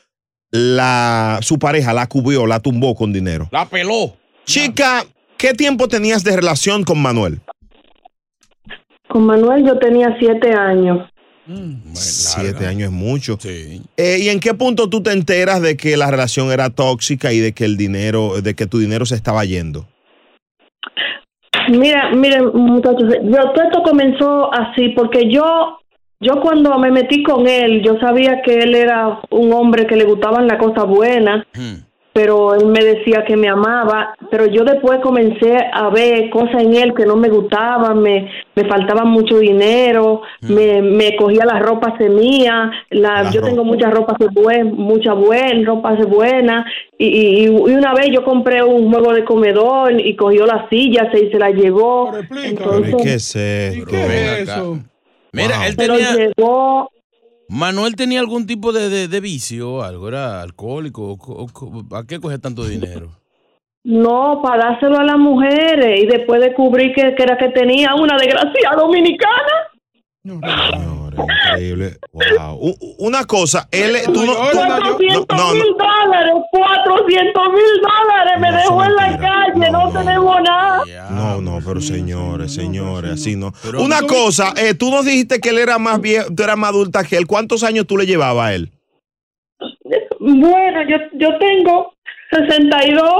Speaker 1: la, su pareja la cubrió, la tumbó con dinero.
Speaker 4: La peló.
Speaker 1: Chica, ¿qué tiempo tenías de relación con Manuel?
Speaker 18: Con Manuel yo tenía siete años.
Speaker 1: Siete años es mucho. Eh, ¿Y en qué punto tú te enteras de que la relación era tóxica y de que el dinero, de que tu dinero se estaba yendo?
Speaker 18: Mira, miren, muchachos, yo- todo esto comenzó así porque yo, yo cuando me metí con él, yo sabía que él era un hombre que le gustaban las cosas buenas, pero él me decía que me amaba, pero yo después comencé a ver cosas en él que no me gustaban, me, me faltaba mucho dinero,
Speaker 1: Mm.
Speaker 18: me, me cogía la ropa semía, la,
Speaker 19: La
Speaker 18: yo
Speaker 19: ropa.
Speaker 18: tengo mucha ropa se buen, mucha buena, ropa se buena, y, y, y una vez yo compré un juego de comedor y cogió la silla se, y se la llevó,
Speaker 1: Pero, ¿y qué
Speaker 18: entonces,
Speaker 1: es esto?
Speaker 4: Mira, él
Speaker 18: pero
Speaker 4: tenía...
Speaker 18: llegó,
Speaker 4: Manuel tenía algún tipo de, de- de vicio o algo, era alcohólico. o co- o co- ¿A qué coge tanto dinero?
Speaker 18: no, para dárselo a las mujeres, y después descubrí que, que era que tenía una desgracia dominicana.
Speaker 1: Increíble. Wow. U- Una cosa, él, tú no, tú- no, no,
Speaker 18: mil dólares, 400 mil dólares, me dejó en la calle, no, tenemos nada.
Speaker 1: no, no, pero señores, señores, así no. Una cosa, eh, tú nos dijiste que él era más viejo, tú eras más adulta que él. ¿Cuántos años tú le llevabas a él?
Speaker 18: Bueno, yo, yo tengo 62.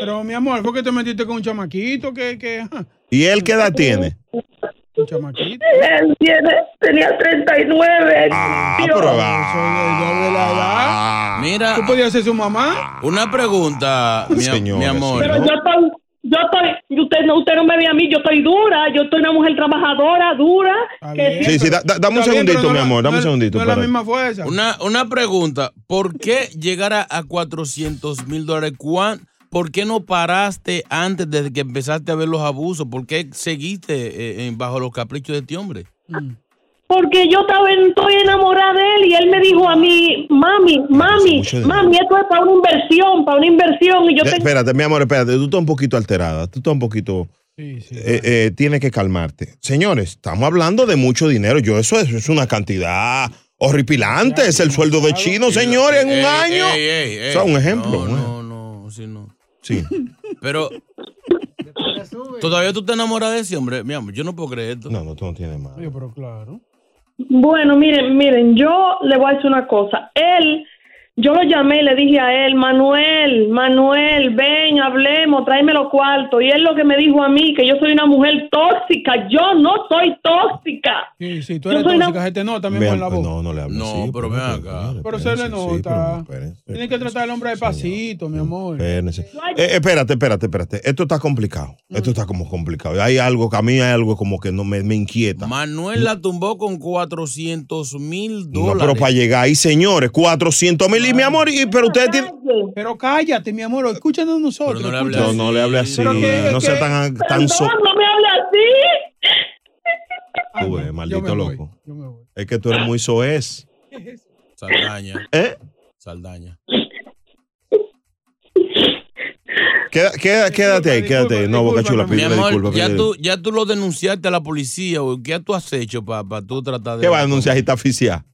Speaker 2: Pero, mi amor, ¿por qué te metiste con un chamaquito que, que, ajá,
Speaker 1: ¿Y él qué edad tiene?
Speaker 18: Él tiene, tenía 39.
Speaker 1: Ah,
Speaker 18: Dios.
Speaker 1: pero
Speaker 4: Mira. ¿Tú
Speaker 2: podías ser su
Speaker 1: Ah.
Speaker 2: mamá?
Speaker 4: Una pregunta, mi, a- mi amor.
Speaker 18: Pero yo estoy, yo estoy, usted no, usted no me ve a mí, yo estoy dura, yo estoy una mujer trabajadora, dura. que
Speaker 1: Sí, sí, da- da- dame un
Speaker 4: Está bien,
Speaker 1: segundito,
Speaker 4: pero no
Speaker 1: mi
Speaker 4: la-
Speaker 1: amor, dame un
Speaker 4: no es-
Speaker 1: segundito.
Speaker 4: no es la
Speaker 1: espérate.
Speaker 2: misma fuerza.
Speaker 4: Una, una pregunta. ¿Por qué llegar a, a 400 mil dólares? ¿Cuán- ¿Por qué no paraste antes desde que empezaste a ver los abusos? ¿Por qué seguiste eh, eh, bajo los caprichos de este hombre?
Speaker 18: Porque yo estaba en- estoy enamorada de él y él me dijo a mí, mami, mami, mami, esto es para una inversión, para una inversión. Y yo
Speaker 1: Ya,
Speaker 18: tengo
Speaker 1: Espérate, mi amor, espérate. Tú estás un poquito alterada. Tú estás un poquito. eh, eh, tienes que calmarte. Señores, estamos hablando de mucho dinero. Yo, eso es, es una cantidad horripilante. Es el sueldo de chino, señores, en un
Speaker 4: Ey,
Speaker 1: año.
Speaker 4: ey, ey, ey.
Speaker 1: O sea, un ejemplo. pues. ¿no?
Speaker 4: No, sí, no.
Speaker 1: Sí.
Speaker 4: Pero. Todavía tú te enamoras de ese hombre, mi amor. Yo no puedo creer esto.
Speaker 1: No, no, tú no tienes más.
Speaker 2: Oye, pero claro.
Speaker 18: Bueno, miren, miren, yo le voy a decir una cosa. Él, yo lo llamé y le dije a él, Manuel, Manuel, ven, hablemos, tráeme los cuartos. Y él lo que me dijo a mí, que yo soy una mujer tóxica. Yo no soy tóxica.
Speaker 2: Sí, sí, tú
Speaker 18: Yo
Speaker 2: eres
Speaker 18: soy una-
Speaker 2: tóxica, se te nota mismo en la voz.
Speaker 1: pues, No, no le hablo así.
Speaker 4: pero ven acá.
Speaker 1: pues,
Speaker 2: Pero se le nota. Tienes que tratar al hombre de pasito, mi amor.
Speaker 1: Espérense. Eh, espérate, espérate, espérate. Esto está complicado. Esto está como complicado. Hay algo que a mí hay algo como que no me, me inquieta.
Speaker 4: Manuel la tumbó con 400 mil
Speaker 1: No,
Speaker 4: dólares.
Speaker 1: pero para llegar ahí, señores, 400 mil. Y mi amor, y, pero ustedes tienen.
Speaker 2: Pero cállate, mi amor, escúchanos nosotros. escúchanos.
Speaker 1: No, no le hable así.
Speaker 2: Pero que-
Speaker 1: No
Speaker 2: que-
Speaker 1: sea tan, tan so-
Speaker 18: No me hable así.
Speaker 1: Tú eres maldito loco. Es que tú eres muy soez.
Speaker 4: Saldaña.
Speaker 1: ¿Eh?
Speaker 4: Saldaña.
Speaker 1: Queda- queda- quédate ahí, quédate ahí. No, Boca Chula,
Speaker 4: Mi
Speaker 1: pídele
Speaker 4: amor,
Speaker 1: disculpas.
Speaker 4: ya,
Speaker 1: pídele-
Speaker 4: tú, ya tú lo denunciaste a la policía, güey. ¿Qué tú has hecho para tú tratar de.
Speaker 1: ¿Qué va a denunciar si está asfixiada?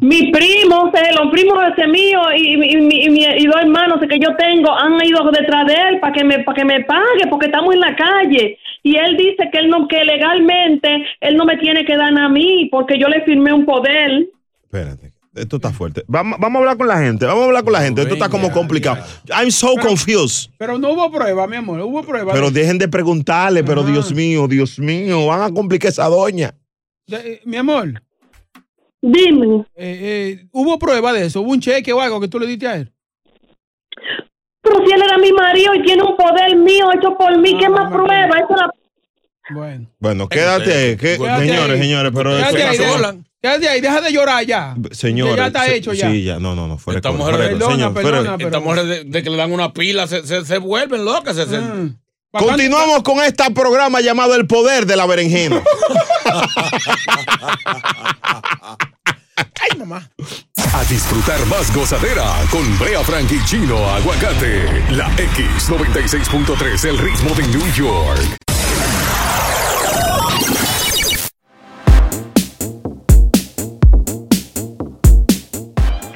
Speaker 18: Mis primos, eh, los primos ese mío y, y, mi- y mi- y dos hermanos que yo tengo han ido detrás de él para que me para que me pague porque estamos en la calle y él dice que él no que legalmente él no me tiene que dar nada a mí porque yo le firmé un poder.
Speaker 1: Esto está fuerte. Vamos, vamos a hablar con la gente. Vamos a hablar con la gente. Esto está como complicado. I'm so confused.
Speaker 2: Pero no hubo prueba, mi amor, hubo prueba.
Speaker 1: Pero dejen de preguntarle, pero Dios mío, Dios mío, van a complicar esa doña.
Speaker 2: De- eh, mi amor. Eh,
Speaker 18: Dime.
Speaker 2: ¿Hubo prueba de eso? ¿Hubo un cheque o algo que tú le diste a él?
Speaker 18: Pero si él era mi marido y tiene un poder mío hecho por mí, ¿qué más prueba? Eso la-
Speaker 1: Bueno, quédate, ahí, que-
Speaker 2: Quédate
Speaker 1: señores,
Speaker 2: ahí.
Speaker 1: señores, pero
Speaker 2: Quédate
Speaker 1: esto
Speaker 2: ahí,
Speaker 1: está-
Speaker 2: deja- quédate ahí, deja de llorar ya.
Speaker 1: señores,
Speaker 2: Que ya está
Speaker 1: se-
Speaker 2: hecho ya.
Speaker 1: Sí, ya, no, no, no, fuera de
Speaker 4: Estas
Speaker 1: cosa,
Speaker 4: mujeres,
Speaker 1: fuera de cosa, señor, fuera de-
Speaker 4: Estas mujeres de, de que le dan una pila se, se, se vuelven locas. Se, se-
Speaker 2: Mm.
Speaker 1: Continuamos con este programa llamado El Poder de la Berenjena.
Speaker 6: A disfrutar más gozadera con Brea Frank y Chino Aguacate. La X96.3, el ritmo de New York.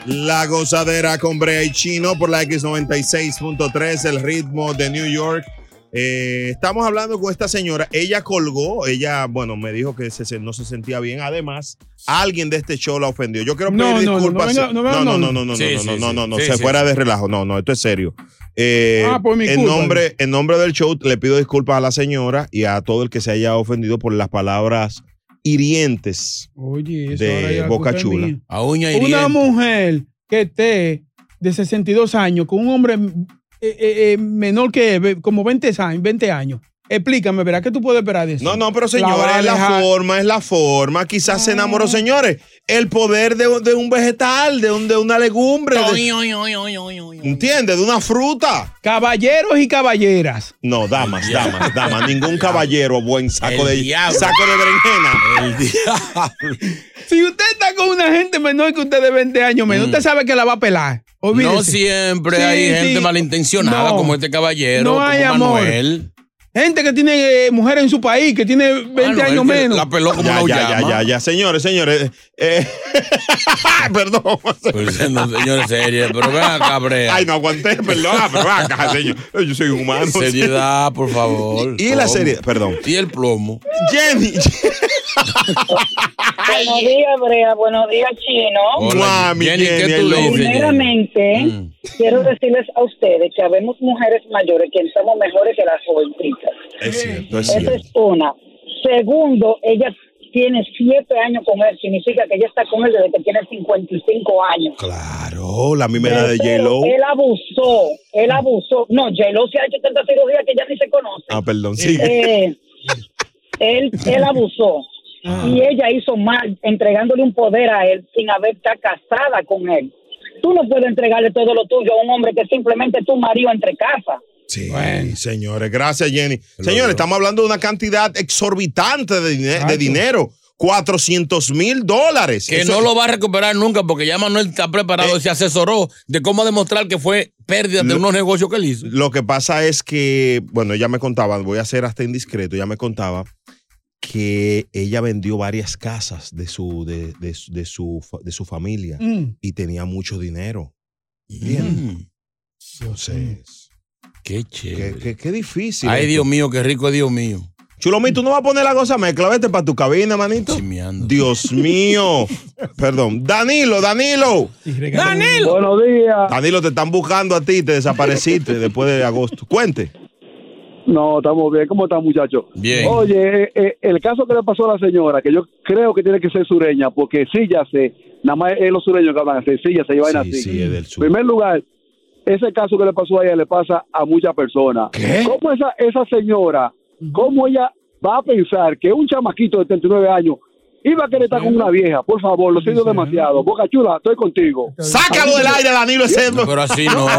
Speaker 1: La gozadera con Brea y Chino por la X96.3, el ritmo de New York. Eh, estamos hablando con esta señora. Ella colgó, ella, bueno, me dijo que se- se- no se sentía bien. Además, alguien de este show la ofendió. Yo quiero pedir
Speaker 2: No, no, no,
Speaker 1: disculpas.
Speaker 2: no venga, no venga,
Speaker 1: no, no,
Speaker 2: no.
Speaker 1: no, no, no,
Speaker 2: Sí,
Speaker 1: no,
Speaker 2: sí,
Speaker 1: no, no,
Speaker 2: sí.
Speaker 1: no, no,
Speaker 2: Sí,
Speaker 1: se
Speaker 2: sí,
Speaker 1: fuera
Speaker 2: sí.
Speaker 1: de relajo. No, no, esto es serio. Eh,
Speaker 2: Ah, por mi
Speaker 1: en
Speaker 2: culpa.
Speaker 1: nombre, en nombre del show, le pido disculpas a la señora y a todo el que se haya ofendido por las palabras hirientes
Speaker 2: Oye, eso ahora
Speaker 1: de
Speaker 2: ya
Speaker 1: Boca
Speaker 2: culpa es
Speaker 1: Chula.
Speaker 2: mía. Una mujer que esté de 62 años con un hombre eh, eh, eh, menor que ve- como 20 años, 20 años. Explícame, verás que tú puedes esperar de eso.
Speaker 1: No, no, pero
Speaker 2: va
Speaker 1: señores,
Speaker 2: a Ah.
Speaker 1: es la
Speaker 2: dejar-
Speaker 1: forma, es la forma. Quizás se enamoró, señores. El poder de, de un vegetal, de, un- de una legumbre. De, ¿Entiendes? De una fruta.
Speaker 2: Caballeros y caballeras.
Speaker 1: No, damas, damas, damas. Ningún caballero buen saco
Speaker 2: El
Speaker 1: de
Speaker 2: diablo.
Speaker 1: saco de berenjena. El
Speaker 2: Si usted está con una gente menor que usted de 20 años menos, usted sabe que la va a pelar. Olvídese.
Speaker 4: Mm. No siempre
Speaker 2: Sí,
Speaker 4: hay gente
Speaker 2: sí.
Speaker 4: malintencionada
Speaker 2: No.
Speaker 4: como este caballero,
Speaker 2: No hay
Speaker 4: como
Speaker 2: amor.
Speaker 4: Manuel.
Speaker 2: Gente que tiene eh, mujer en su país, que tiene 20 años
Speaker 4: que
Speaker 2: menos.
Speaker 4: la peló como
Speaker 1: ya,
Speaker 4: una
Speaker 1: ya, ya,
Speaker 4: llama.
Speaker 1: ya, ya, señores, señores. eh, perdón.
Speaker 4: Pues, no, señores, serio, pero ven acá, Brea.
Speaker 1: Ay, no aguanté, perdón, ah, pero ven acá, señor. Yo soy humano.
Speaker 4: Seriedad, por favor.
Speaker 1: Y la
Speaker 4: Plomo.
Speaker 1: serie, perdón.
Speaker 4: Y el plomo.
Speaker 1: Jenny.
Speaker 20: Buenos días, Brea. Buenos días, Chino.
Speaker 1: Hola, Mami, Jenny, Mm. Jenny, ¿qué tú hello, dices, Jenny?
Speaker 20: Primeramente, Quiero decirles a ustedes que habemos mujeres mayores que estamos mejores que las jovencitas.
Speaker 1: Es cierto, es
Speaker 20: Esa
Speaker 1: cierto.
Speaker 20: es una. Segundo, ella tiene siete años con él, significa que ella está con él desde que tiene 55 años.
Speaker 1: Claro, Oh, la misma edad de
Speaker 20: Pero
Speaker 1: J-Lo.
Speaker 20: Él abusó, él abusó. No, J-Lo se ha hecho tanta cirugía que ya ni se conoce.
Speaker 1: Ah, perdón, sigue.
Speaker 20: Eh, él, él abusó.
Speaker 1: Ah.
Speaker 20: Y ella hizo mal entregándole un poder a él sin haber estado casada con él. Tú no puedes entregarle todo lo tuyo a un hombre que simplemente es tu marido entre casa.
Speaker 1: Sí, señores, gracias Jenny. Señores, estamos hablando de una cantidad exorbitante de, dine- de dinero. 400 mil dólares.
Speaker 4: Que
Speaker 1: Eso
Speaker 4: no
Speaker 1: es-
Speaker 4: lo va a recuperar nunca porque ya Manuel está preparado, se asesoró de cómo demostrar que fue pérdida de unos negocios que él hizo.
Speaker 1: Lo que pasa es que, bueno, ella me contaba, voy a ser hasta indiscreto, ella me contaba que ella vendió varias casas de su, de, de su- de su, fa- de su familia
Speaker 2: Mm.
Speaker 1: y tenía mucho dinero. Bien. Entonces.
Speaker 4: Mm. Qué chévere.
Speaker 1: Qué, qué difícil.
Speaker 4: Ay,
Speaker 1: esto.
Speaker 4: Dios mío, qué rico, Dios mío.
Speaker 1: Chulomín, tú no vas a poner la cosa mezcla, vete para tu cabina, manito. Dios mío. Perdón. Danilo, Danilo.
Speaker 4: Danilo.
Speaker 1: Buenos días. Danilo, te están buscando a ti, te desapareciste después de agosto. Cuente.
Speaker 16: No, estamos bien. ¿Cómo están, muchachos?
Speaker 4: Bien.
Speaker 16: Oye, eh, eh, el caso que le pasó a la señora, que yo creo que tiene que ser sureña, porque sí, ya sé. Nada más es los sureños que hablan así, sí, ya sé, y vaina así. En primer lugar, ese caso que le pasó a ella le pasa a muchas personas. ¿Cómo esa, esa señora, cómo ella va a pensar que un chamaquito de 39 años iba a querer estar con una vieja? Por favor, lo siento demasiado. Boca Chula, estoy contigo.
Speaker 1: Sácalo del aire, Danilo, ese-
Speaker 4: Pero así no.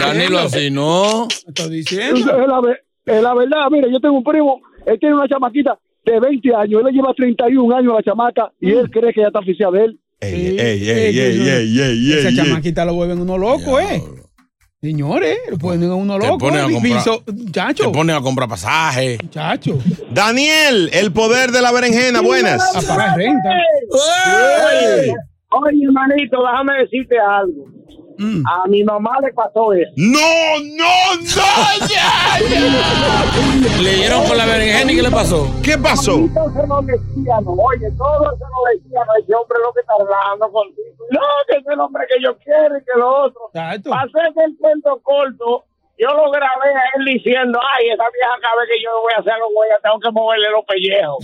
Speaker 4: Danilo, así no.
Speaker 16: Es la, ve- es la verdad, mire, yo tengo un primo, él tiene una chamaquita de 20 años, él le lleva 31 años a la chamaca y él cree que ya está oficial de él.
Speaker 1: Ey, ey, ey, ey, ey, ey, ey,
Speaker 2: Esa
Speaker 1: ey.
Speaker 2: chamaquita lo vuelven uno loco, ¿eh? Señores, lo ponen a uno
Speaker 4: Te
Speaker 2: loco. ¿eh?
Speaker 4: ponen a
Speaker 2: y-
Speaker 4: comprar-
Speaker 2: so- Chacho.
Speaker 4: Te ponen a comprar pasaje.
Speaker 2: Chacho.
Speaker 1: Daniel, el poder de la berenjena, buenas.
Speaker 2: A pagar renta.
Speaker 1: Oye,
Speaker 3: oye, hermanito, déjame decirte algo. A mi mamá le pasó eso.
Speaker 1: Mm. ¡No, no, no!
Speaker 4: Le dieron con la berenjena y ¿qué le pasó?
Speaker 1: ¿Qué pasó?
Speaker 3: Entonces no decía, no, oye, todo eso no decía, no, ese hombre es lo que está hablando contigo. No, que es el hombre que yo quiero y que lo otro. Para hacerte el cuento corto, yo lo grabé a él diciendo, ay, esa vieja cabe que yo no voy a hacer, lo voy a tengo que moverle los pellejos.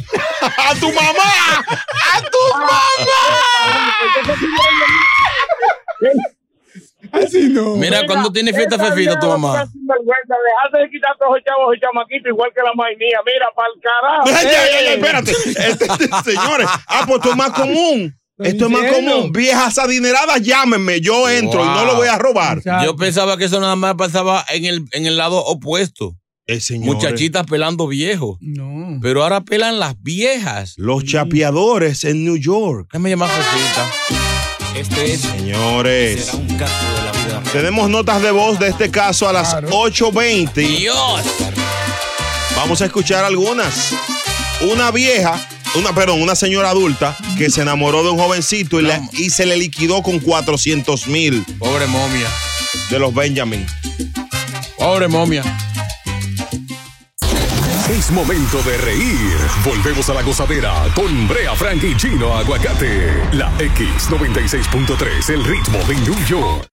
Speaker 1: ¡A tu mamá! ¡A tu
Speaker 3: mamá!
Speaker 2: Así no.
Speaker 4: Mira, ¿cuándo tiene fiesta Fefita tu mamá?
Speaker 3: Sinvergüenza, dejaste de "Ah, quitar todos los chavos y chamaquitos igual que la mainía. Mira, para el
Speaker 1: Ay,
Speaker 3: carajo.
Speaker 1: ay, ay, ay, espérate. Este- señores, ah, pues esto es más común. Esto es más
Speaker 4: diciendo.
Speaker 1: común. Viejas adineradas, llámenme. Yo entro y no lo voy a robar.
Speaker 4: Yo pensaba que eso nada más pasaba en el, en el lado opuesto.
Speaker 1: Eh,
Speaker 4: Muchachitas pelando viejos.
Speaker 2: No.
Speaker 4: Pero ahora pelan las viejas.
Speaker 1: Los chapeadores en New York.
Speaker 4: Déjame llamar a Este es.
Speaker 1: Señores,
Speaker 4: un caso de la vida.
Speaker 1: tenemos notas de voz de este caso a las 8.20.
Speaker 4: Dios.
Speaker 1: Vamos a escuchar algunas. Una vieja, una, perdón, una señora adulta que se enamoró de un jovencito y, le- y se le liquidó con 400 mil.
Speaker 4: Pobre momia.
Speaker 1: De los Benjamin.
Speaker 4: Pobre momia.
Speaker 6: Es momento de reír. Volvemos a la gozadera con Brea Frank y Chino Aguacate. La X96.3, el ritmo de New York.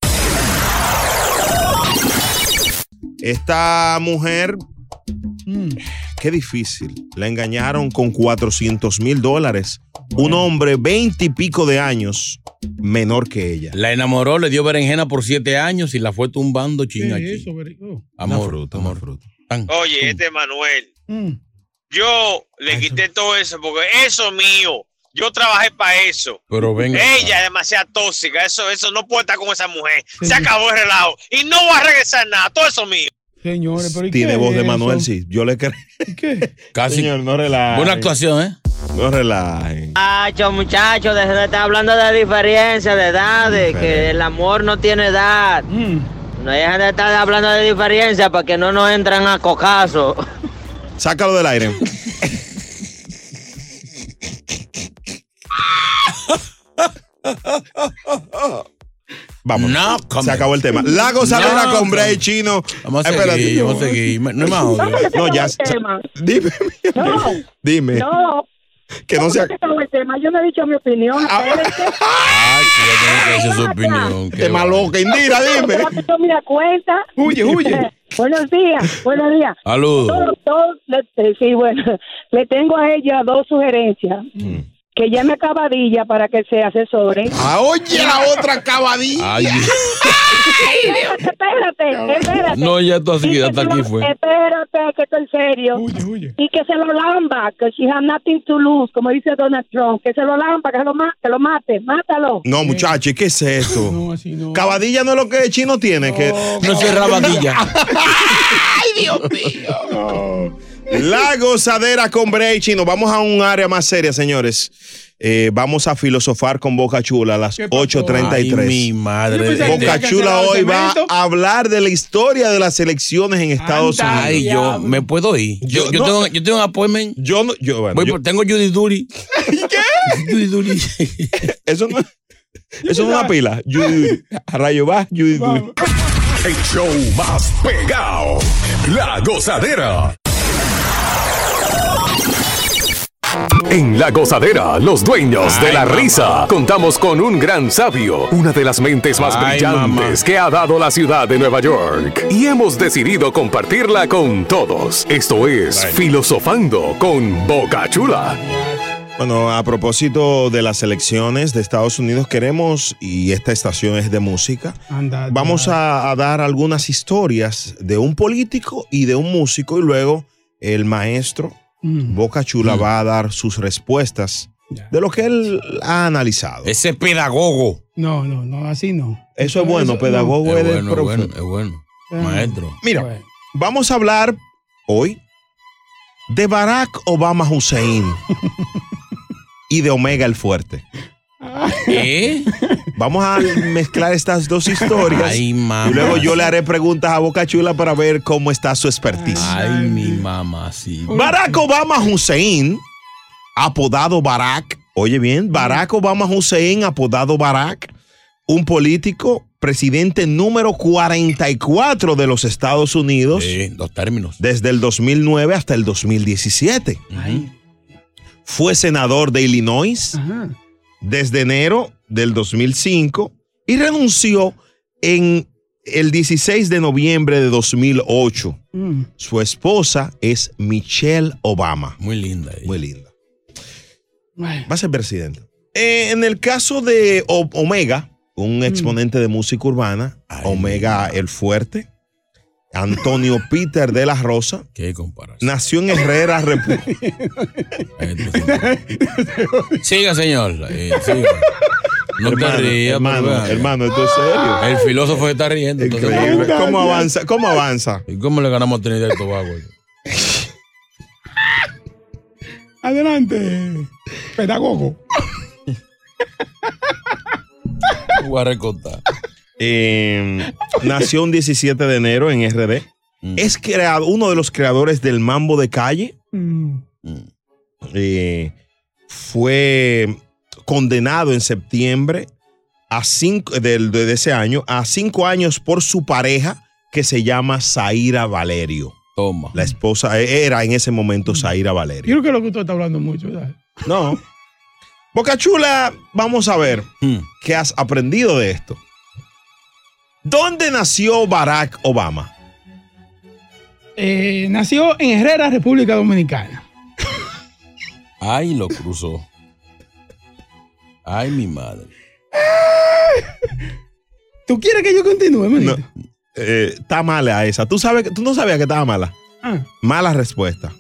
Speaker 1: Esta mujer, qué difícil. La engañaron con 400 mil dólares. Un hombre veinte y pico de años menor que ella.
Speaker 4: La enamoró, le dio berenjena por siete años y la fue tumbando chinga. Amor, amor.
Speaker 2: oh.
Speaker 1: Mm.
Speaker 14: Oye, este Manuel.
Speaker 2: Mm.
Speaker 14: Yo le quité todo eso porque eso es mío. Yo trabajé para eso.
Speaker 4: Pero venga.
Speaker 14: Ella es demasiado tóxica. Eso, eso no puede estar con esa mujer. Se acabó el relajo. Y no va a regresar nada. Todo eso es mío.
Speaker 2: Señores, pero ¿y
Speaker 1: Tiene
Speaker 2: qué
Speaker 1: voz
Speaker 2: es
Speaker 1: de
Speaker 2: eso?
Speaker 1: Manuel, sí. Yo le creo.
Speaker 2: ¿Qué?
Speaker 4: Casi.
Speaker 1: Señor, no relajen.
Speaker 4: Buena actuación, ¿eh?
Speaker 1: No relajen.
Speaker 21: Muchachos, muchachos, desde está hablando de diferencia de edades, que el amor no tiene edad. No dejan de estar hablando de diferencia para que no nos entran a cocazo.
Speaker 1: Sácalo del aire. Vamos. se acabó el tema. La gozadera
Speaker 4: No
Speaker 1: con Brea y
Speaker 4: comment.
Speaker 1: Chino.
Speaker 4: Vamos a
Speaker 1: Espérate.
Speaker 4: seguir, vamos a seguir. No es más odio.
Speaker 1: No, ya. Dime,
Speaker 3: No,
Speaker 1: dime.
Speaker 3: no,
Speaker 1: Que no sea. Ah.
Speaker 3: Yo no he dicho mi opinión.
Speaker 4: Ay, que ya tiene que decir su opinión.
Speaker 1: Te maloca, Indira, dime.
Speaker 3: Yo me da cuenta.
Speaker 1: Huye, huye.
Speaker 3: Buenos días, buenos días.
Speaker 4: Saludos.
Speaker 3: Todo- todo- le- eh, sí, bueno, le tengo a ella dos sugerencias. Que llame a Cabadilla para que se asesore.
Speaker 1: Ah, oye, la otra cabadilla.
Speaker 3: espérate, espérate.
Speaker 4: No, ya tú así, hasta aquí fue.
Speaker 3: Espérate, que estoy serio. Y que se lo lamba, que she has nothing to lose, como dice Donald Trump. Que se lo lamba, que, se lo, ma- que lo mate, mátalo.
Speaker 1: No,
Speaker 4: Eh.
Speaker 1: muchachos, ¿qué es esto? Cabadilla no es lo que el chino tiene. que...
Speaker 4: No eso es rabadilla.
Speaker 1: ¡Ay, Dios mío! La gozadera con Brea y Chino. Vamos a un área más seria, señores. Eh, vamos a filosofar con Boca Chula a las
Speaker 4: Ay, mi
Speaker 1: 8.33.
Speaker 4: madre.
Speaker 1: Boca Chula hoy va a hablar de la historia de las elecciones en Estados Unidos.
Speaker 4: Ay, yo me puedo ir. Yo, yo
Speaker 1: no.
Speaker 4: tengo, yo tengo un appointment.
Speaker 1: Yo no, yo, bueno,
Speaker 4: Voy
Speaker 1: yo-
Speaker 4: por- tengo Judy Duri. ¿Qué? Judy Duri.
Speaker 1: Eso no, eso no es una pila. Judy, a rayo va, Judy.
Speaker 6: El show más pegado. La gozadera. En La Gozadera, los dueños de la risa, contamos con un gran sabio, una de las mentes más
Speaker 4: Ay,
Speaker 6: brillantes que ha dado la ciudad de Nueva York. Y hemos decidido compartirla con todos. Esto es Filosofando con Boca Chula.
Speaker 1: Bueno, a propósito de las elecciones de Estados Unidos, queremos, y esta estación es de música, vamos a, a dar algunas historias de un político y de un músico, y luego el maestro Boca Chula va a dar sus respuestas de lo que él ha analizado.
Speaker 4: Ese pedagogo.
Speaker 2: No, no, no, así no.
Speaker 1: Eso es bueno,
Speaker 2: no.
Speaker 1: pedagogo
Speaker 4: Es
Speaker 1: eres
Speaker 4: bueno, es
Speaker 1: profe-
Speaker 4: bueno, es bueno.
Speaker 1: Mm.
Speaker 4: Maestro.
Speaker 1: Mira, vamos a hablar hoy de Barack Obama Hussein y de Omega el Fuerte.
Speaker 4: ¿Eh?
Speaker 1: Vamos a mezclar estas dos historias.
Speaker 4: Ay, mamá.
Speaker 1: y luego yo le haré preguntas a Boca Chula para ver cómo está su expertise.
Speaker 4: Ay, mi mamá, sí.
Speaker 1: Barack Obama Hussein, apodado Barack. Oye bien, Barack Obama Hussein, apodado Barack, un político, presidente número 44 de los Estados Unidos.
Speaker 4: dos términos.
Speaker 1: Desde el 2009 hasta el 2017. Fue senador de Illinois desde enero del 2005 y renunció en el 16 de noviembre de 2008. Su esposa es Michelle Obama.
Speaker 4: Muy linda.
Speaker 1: Muy linda. Va a ser presidente. Eh, en el caso de O- Omega, un exponente de música urbana, Omega el Fuerte, Antonio Peter de la Rosa,
Speaker 4: ¿Qué compara?
Speaker 1: nació en Herrera, República.
Speaker 4: Siga, señor. Eh, siga. No
Speaker 1: Hermano,
Speaker 4: te rías,
Speaker 1: hermano, hermano, esto es serio.
Speaker 4: El filósofo se está riendo. entonces-
Speaker 1: Increíble. ¿Cómo avanza? ¿Cómo avanza?
Speaker 4: ¿Y cómo le ganamos a Trinidad y Tobago?
Speaker 2: Adelante, pedagogo.
Speaker 4: Voy a recortar.
Speaker 1: Eh, nació un 17 de enero en RD. Es creado, uno de los creadores del Mambo de Calle. Eh, fue condenado en septiembre a cinco, del- de, de ese año a cinco años por su pareja que se llama Zaira Valerio.
Speaker 4: Toma.
Speaker 1: La esposa e, era en ese momento Zaira Valerio.
Speaker 2: Yo creo que lo que usted está hablando mucho, ¿verdad?
Speaker 1: No. Boca Chula, vamos a ver qué has aprendido de esto. ¿Dónde nació Barack Obama?
Speaker 2: Eh, nació en Herrera, República Dominicana.
Speaker 4: Ay, lo cruzó. Ay, mi madre.
Speaker 2: ¿Tú quieres que yo continúe, manito?
Speaker 1: Eh, Está mala esa. ¿Tú, sabes, que- tú no sabías que estaba mala.
Speaker 2: Ah.
Speaker 1: Mala respuesta.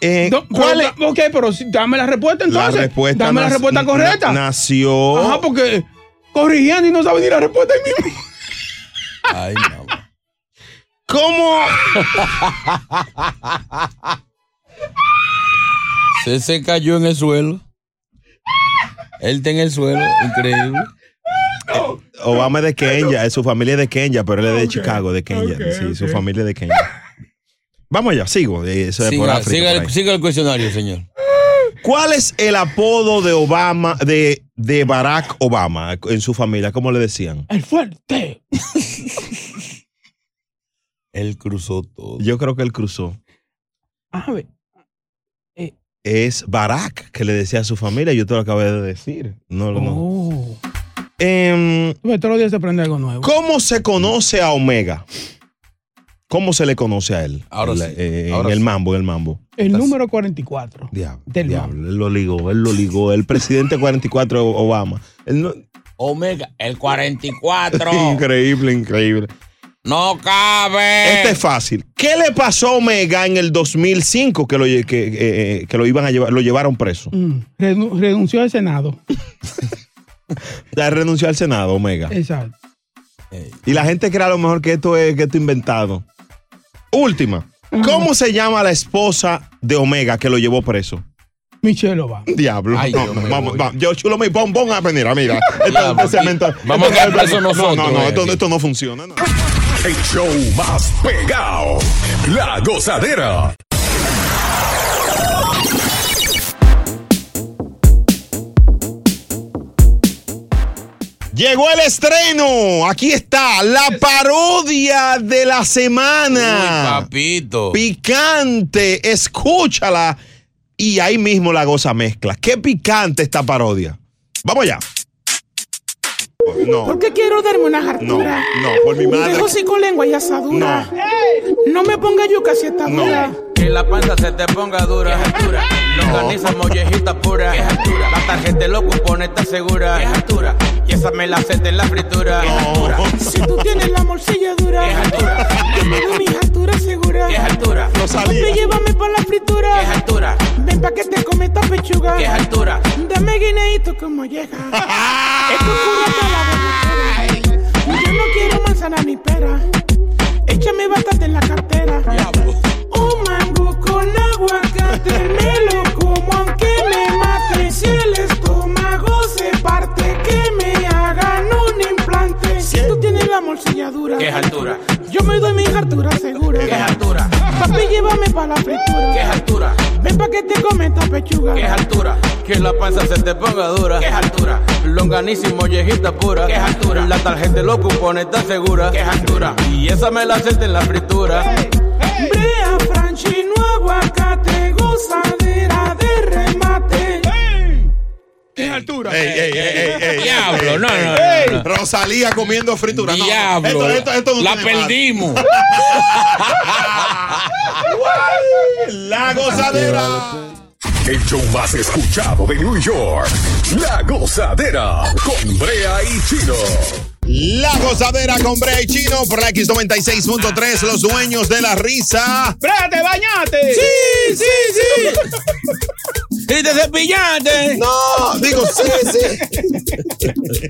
Speaker 1: Eh,
Speaker 2: Do- pero da- ok, pero si- dame la respuesta
Speaker 1: La
Speaker 2: entonces.
Speaker 1: respuesta
Speaker 2: dame la
Speaker 1: nac-
Speaker 2: respuesta
Speaker 1: na-
Speaker 2: correcta.
Speaker 1: nació.
Speaker 2: Ajá, porque corrigiendo y no sabe ni la respuesta ahí mismo.
Speaker 4: Ay, mamá.
Speaker 1: ¿Cómo?
Speaker 4: Se, se cayó en el suelo. Él está en el suelo. Increíble.
Speaker 1: eh, Obama es de Kenya, eh, su familia es de Kenya, pero él es de Chicago, de Kenya. sí, su familia es de Kenya. Vamos allá, sigo. eh, Eso es por
Speaker 4: Siga,
Speaker 1: África.
Speaker 4: siga
Speaker 1: por
Speaker 4: el,
Speaker 1: ahí.
Speaker 4: siga el cuestionario, señor.
Speaker 1: ¿Cuál es el apodo de Obama, de, de Barack Obama en su familia? ¿Cómo le decían?
Speaker 2: El fuerte.
Speaker 4: Él cruzó todo.
Speaker 1: Yo creo que él cruzó.
Speaker 2: A ver. Eh,
Speaker 1: es Barack, que le decía a su familia, yo te lo acabé de decir. No lo no. Em,
Speaker 2: Oh. Todos los días se aprende algo nuevo.
Speaker 1: ¿Cómo se conoce a Omega? ¿Cómo se le conoce a él?
Speaker 2: Ahora
Speaker 1: En la-
Speaker 2: sí,
Speaker 1: eh,
Speaker 2: ahora
Speaker 1: en el
Speaker 2: sí.
Speaker 1: mambo, en el mambo.
Speaker 2: El número 44.
Speaker 1: Diablo,
Speaker 2: Del
Speaker 1: diablo, él lo ligó, él lo ligó. El presidente 44 Obama. Él no-
Speaker 4: Omega, el 44.
Speaker 1: increíble, increíble.
Speaker 4: no cabe.
Speaker 1: Este es fácil. ¿Qué le pasó a Omega en el 2005 que lo, lle- que, eh, eh, que lo iban a llevar, lo llevaron preso?
Speaker 2: Mm. Renu- renunció al Senado.
Speaker 1: Ya renunció al Senado, Omega.
Speaker 2: Exacto.
Speaker 1: Y la gente cree a lo mejor que esto es que esto es inventado. Última. ¿Cómo se llama la esposa de Omega que lo llevó preso?
Speaker 2: Michelle Obama.
Speaker 1: Diablo.
Speaker 2: Ay,
Speaker 1: No,
Speaker 2: yo me
Speaker 1: vamos, vamos. Yo chulo mi pon, pon a venir, ah, mira. Esto-
Speaker 6: Diablo,
Speaker 1: este segmento-
Speaker 6: aquí. Vamos a
Speaker 1: esto-
Speaker 6: quedar presos nosotros,
Speaker 1: No, no, no,
Speaker 6: eh,
Speaker 1: esto,
Speaker 6: aquí.
Speaker 1: esto no funciona. no.
Speaker 6: El show más pegado. La gozadera.
Speaker 1: Llegó el estreno. Aquí está la parodia de la semana.
Speaker 4: Papito.
Speaker 1: Picante. Escúchala. Y ahí mismo la goza mezcla. Qué picante esta parodia. Vamos allá. No.
Speaker 8: Porque quiero darme una hartura.
Speaker 1: No, por mi madre.
Speaker 8: Dejo sin con lengua y asadura. No me ponga yuca si está dura.
Speaker 4: Que la panza se te ponga dura. Longaniza mollejita pura. Que altura. La tarjeta lo cupones está segura. Que altura. Y esa me la haces en la fritura. Que altura.
Speaker 8: Si tú tienes la morcilla dura. Es altura. Yo me doy mi hartura segura. Es altura. No
Speaker 4: salía.
Speaker 8: llévame pa' la fritura. Es altura. Ven pa' que te come esta pechuga.
Speaker 4: Es altura.
Speaker 8: Dame guineíto como llega. Esto ocurre hasta la borrachera. Yo no quiero manzana ni pera. Échame batata en la cartera. Un mango con aguacate me lo como aunque me mate. Si el estómago se parte, que me hagan un implante. Si tú tienes la morcilla dura,
Speaker 4: Que altura.
Speaker 8: yo me doy mi hartura segura.
Speaker 4: Que altura.
Speaker 8: Papi, llévame pa' la fritura.
Speaker 4: Que altura.
Speaker 8: Ven pa' que te come esta pechuga.
Speaker 4: Que altura. Que la panza se te ponga dura. Que altura. Longaniza y mollejita pura. Que altura. La tarjeta lo cupones está segura. Que altura. Y esa me la haces en la fritura.
Speaker 8: Brea, Franchino, aguacate, gozadera de remate.
Speaker 1: Es altura. Ey, ey, ey, ey, ey.
Speaker 4: Diablo, no, no, no,
Speaker 1: Ey,
Speaker 4: no.
Speaker 1: Rosalía comiendo fritura. No,
Speaker 4: Diablo,
Speaker 1: esto- esto- esto no
Speaker 4: la
Speaker 1: tiene madre.
Speaker 4: perdimos.
Speaker 1: la gozadera.
Speaker 6: El show más escuchado de New York. La gozadera. Con Brea y Chino.
Speaker 1: La gozadera con Brea y Chino por la X96.3, los dueños de la risa.
Speaker 2: ¡Brate, bañate!
Speaker 1: ¡Sí, sí, sí!
Speaker 4: ¡Y te cepillaste!
Speaker 1: No, digo sí, sí.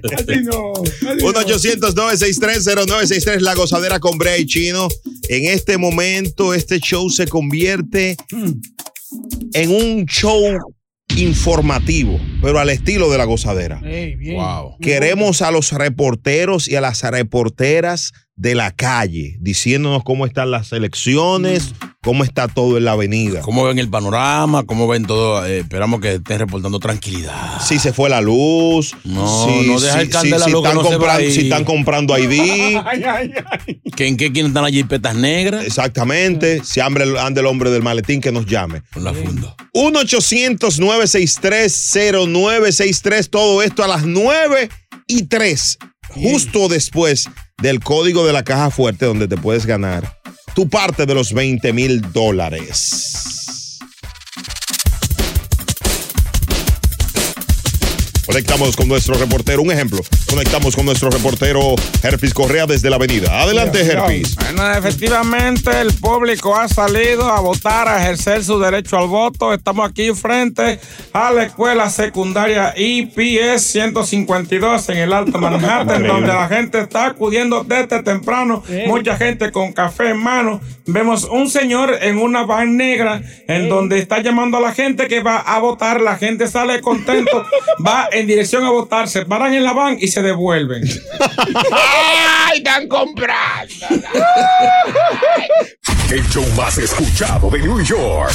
Speaker 2: Así no.
Speaker 1: 1-800-963-0963, la gozadera con Brea y Chino. En este momento, este show se convierte en un show informativo, pero al estilo de la gozadera.
Speaker 4: Wow.
Speaker 1: Queremos a los reporteros y a las reporteras de la calle, diciéndonos cómo están las elecciones, cómo está todo en la avenida.
Speaker 4: ¿Cómo ven el panorama? ¿Cómo ven todo? Eh, esperamos que estén reportando tranquilidad.
Speaker 1: Si se fue la luz,
Speaker 4: No,
Speaker 1: si,
Speaker 4: no deja
Speaker 1: si-
Speaker 4: el candela
Speaker 1: si- si
Speaker 4: loco,
Speaker 1: están
Speaker 4: no se va
Speaker 1: comprando,
Speaker 4: ahí.
Speaker 1: si están comprando ID.
Speaker 4: ¿Que ¿En qué quieren están las jipetas negras?
Speaker 1: Exactamente. Si hambre anda el hombre del maletín, que nos llame.
Speaker 4: Con la funda.
Speaker 1: 1-800-963-0963. Todo esto a las 9 y 3. Justo después del código de la caja fuerte, donde te puedes ganar tu parte de los 20 mil dólares. Conectamos con nuestro reportero. Un ejemplo. Conectamos con nuestro reportero Herpes Correa desde la avenida. Adelante, Herpes.
Speaker 9: Bueno, efectivamente el público ha salido a votar, a ejercer su derecho al voto. Estamos aquí frente a la escuela secundaria IPS 152 en el Alto Manhattan,
Speaker 10: Increíble.
Speaker 9: donde la gente está acudiendo desde temprano. Mucha gente con café en mano. Vemos un señor en una van negra en donde está llamando a la gente que va a votar. La gente sale contento, va en dirección a votar, se paran en la van y se devuelven.
Speaker 8: ¡Ay, tan comprado!
Speaker 6: El show más escuchado de New York.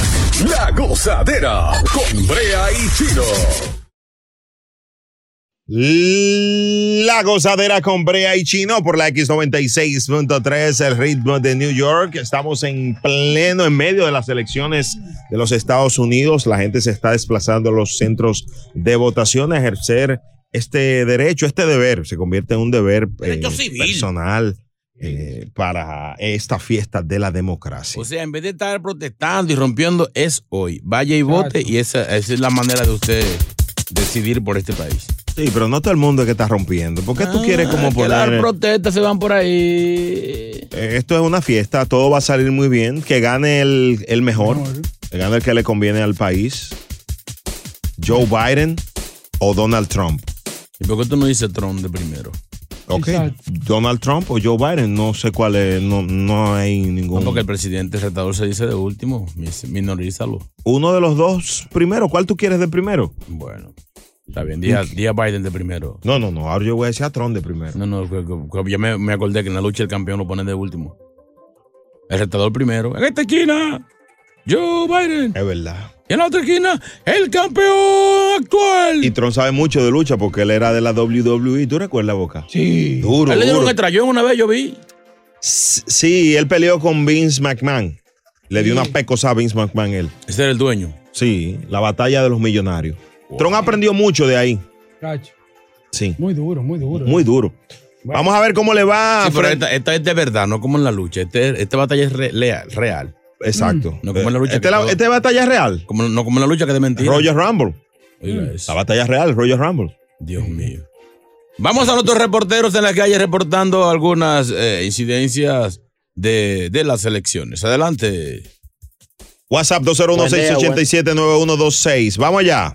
Speaker 6: La gozadera. Con Brea y Chino.
Speaker 1: La gozadera con Brea y Chino por la X96.3, el ritmo de New York. Estamos en pleno, en medio de las elecciones de los Estados Unidos. La gente se está desplazando a los centros de votación a ejercer este derecho, este deber. Se convierte en un deber eh, personal eh, para esta fiesta de la democracia.
Speaker 4: O sea, en vez de estar protestando y rompiendo, es hoy. Vaya y vote y esa, esa es la manera de usted decidir por este país.
Speaker 1: Sí, pero no todo el mundo es que está rompiendo. ¿Por qué tú quieres como
Speaker 4: que las
Speaker 1: poner...
Speaker 4: protestas se van por ahí.
Speaker 1: Eh, Esto es una fiesta, todo va a salir muy bien. Que gane el, el mejor, que gane el que le conviene al país. Joe Biden o Donald Trump.
Speaker 4: ¿Y por qué tú no dices Trump de primero?
Speaker 1: Ok. Donald Trump o Joe Biden, no sé cuál es, no, no hay ningún.
Speaker 4: No, porque el presidente retador se dice de último, mis- minorízalo.
Speaker 1: Uno de los dos primero, ¿cuál tú quieres de primero?
Speaker 4: Bueno, está bien, día, Biden de primero.
Speaker 1: No, no, no, ahora yo voy a decir a Trump de primero.
Speaker 4: No, no, que- que- que ya me, me acordé que en la lucha el campeón lo ponen de último. El retador primero. En esta esquina, Joe Biden.
Speaker 1: Es verdad.
Speaker 4: Y en la otra esquina, el campeón actual.
Speaker 1: Y Trump sabe mucho de lucha porque él era de la WWE, ¿tú recuerdas, Boca?
Speaker 3: Sí.
Speaker 1: Duro,
Speaker 4: A él le dieron
Speaker 1: duro.
Speaker 4: un estrellón una vez, yo vi.
Speaker 1: S- Sí, él peleó con Vince McMahon. Le dio una pecosa a Vince McMahon él.
Speaker 4: Ese era el dueño.
Speaker 1: Sí, la batalla de los millonarios. Trump aprendió mucho de ahí. Sí.
Speaker 3: Muy duro, muy duro.
Speaker 1: Muy duro. Vamos a ver cómo le va.
Speaker 4: Sí, pero esta, esta es de verdad, no como en la lucha. Este- esta batalla es re- lea- real.
Speaker 1: Exacto.
Speaker 4: Mm. No como en la lucha.
Speaker 1: Esta es la- esta batalla real.
Speaker 4: no como en la lucha que es de mentira.
Speaker 1: Roger Rumble.
Speaker 4: Oiga
Speaker 1: La batalla real, Roger Rumble.
Speaker 4: Dios mío. Vamos a nuestros reporteros en la calle reportando algunas eh, incidencias de, de las elecciones. Adelante.
Speaker 1: WhatsApp 201-687-9126. Vamos allá.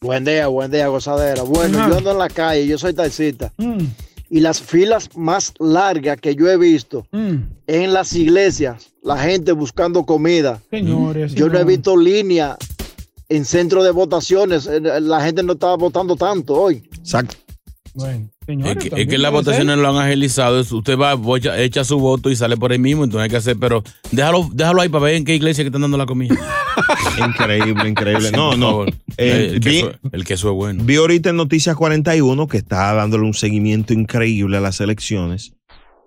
Speaker 9: Buen día, buen día, gozadera. Bueno,
Speaker 1: Ajá.
Speaker 9: yo ando en la calle, yo soy taxista.
Speaker 3: Mm.
Speaker 9: Y las filas más largas que yo he visto es en las iglesias, la gente buscando comida.
Speaker 3: Señores.
Speaker 9: Yo no he visto línea en centro de votaciones. eh, La gente no estaba votando tanto hoy.
Speaker 1: Exacto.
Speaker 3: Bueno,
Speaker 4: Es
Speaker 3: señores.
Speaker 4: que, es
Speaker 3: también
Speaker 4: que las
Speaker 3: puede ser.
Speaker 4: votaciones lo han agilizado. es- Usted va, bocha- echa su voto y sale por ahí mismo. Entonces hay que hacer, pero déjalo, déjalo ahí para ver en qué iglesia que están dando la comida.
Speaker 1: Increíble, increíble.
Speaker 4: Sí,
Speaker 1: No,
Speaker 4: por
Speaker 1: no.
Speaker 4: favor.
Speaker 1: Eh,
Speaker 4: el,
Speaker 1: vi-
Speaker 4: queso, el queso es bueno.
Speaker 1: Vi ahorita en Noticias 41 que está dándole un seguimiento increíble a las elecciones,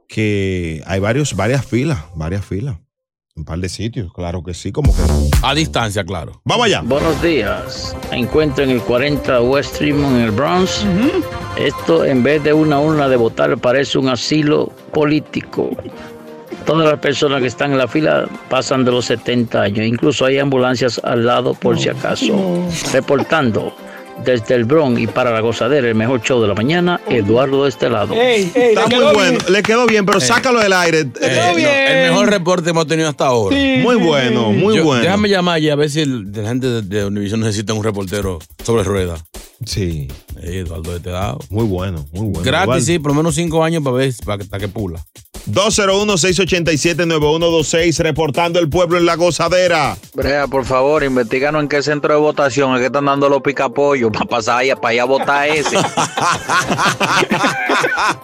Speaker 1: que hay varios, varias filas, varias filas. Un par de sitios, claro que sí, como que.
Speaker 4: A distancia, claro.
Speaker 1: Vamos allá.
Speaker 22: Buenos días. Me encuentro en el 40 West Fremont, en el Bronx. Esto, en vez de una urna de votar, parece un asilo político. Todas las personas que están en la fila pasan de los 70 años. Incluso hay ambulancias al lado, por si acaso. Reportando desde el Bronx y para la gozadera, el mejor show de la mañana, Eduardo de este lado.
Speaker 1: está muy bueno, le quedó bien, pero sácalo del aire.
Speaker 4: Eh, no, el mejor reporte hemos tenido hasta ahora.
Speaker 1: Sí, Muy sí, bueno, sí. muy
Speaker 4: Yo-
Speaker 1: bueno.
Speaker 4: Déjame llamar y a ver si el- la gente de, de Univision necesita un reportero sobre ruedas.
Speaker 1: Sí.
Speaker 4: Eduardo de Tedado.
Speaker 1: Muy bueno, muy bueno.
Speaker 4: Gratis,
Speaker 1: Eduardo.
Speaker 4: sí, por lo menos cinco años para ver para que, hasta que pula.
Speaker 1: 201-687-9126, reportando el pueblo en la gozadera.
Speaker 14: Brea, por favor, investiganos en qué centro de votación es que están dando los picapollos para pasar allá, para allá votar ese.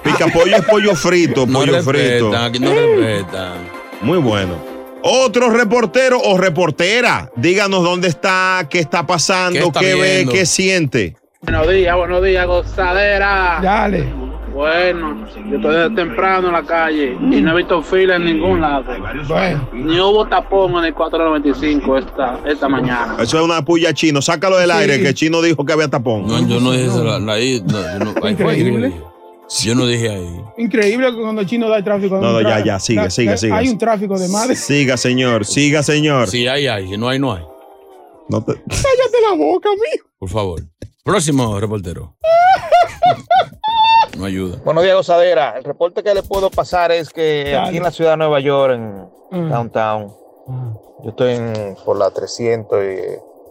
Speaker 1: Picapollo es pollo frito,
Speaker 4: Ah. No
Speaker 1: pollo frito.
Speaker 4: respetan, aquí no respetan.
Speaker 1: Muy bueno. Otro reportero o reportera, díganos dónde está, qué está pasando,
Speaker 2: ¿Qué está
Speaker 1: qué ve,
Speaker 2: viendo?
Speaker 1: qué siente.
Speaker 2: Buenos días, buenos días, gozadera.
Speaker 3: Dale.
Speaker 2: Bueno, yo estoy desde temprano en la calle y no he visto fila en ningún lado.
Speaker 3: Bueno.
Speaker 2: Ni hubo tapón en el 495 esta, esta mañana.
Speaker 1: Eso es una puya chino, sácalo del
Speaker 2: Sí.
Speaker 1: aire, que chino dijo que había tapón.
Speaker 4: No, yo no dije eso, la, la- ahí, no, yo no- ahí fue,
Speaker 3: Increíble.
Speaker 4: yo dije. Yo no dije ahí.
Speaker 3: Increíble que cuando el chino da el tráfico.
Speaker 1: No, no,
Speaker 3: un
Speaker 1: ya,
Speaker 3: tra-
Speaker 1: ya, siga,
Speaker 3: tra-
Speaker 1: siga, siga.
Speaker 3: Hay un tráfico de madre.
Speaker 1: Siga, señor, siga, señor.
Speaker 4: Sí, hay, hay. Si no hay, no hay.
Speaker 1: No te-
Speaker 3: Cállate la boca, mijo.
Speaker 4: Por favor. Próximo reportero. No ayuda.
Speaker 14: Buenos días, gozadera. El reporte que le puedo pasar es que
Speaker 4: Dale.
Speaker 14: eh, aquí en la ciudad de Nueva York, en Downtown, yo estoy en- por la 300 y eh,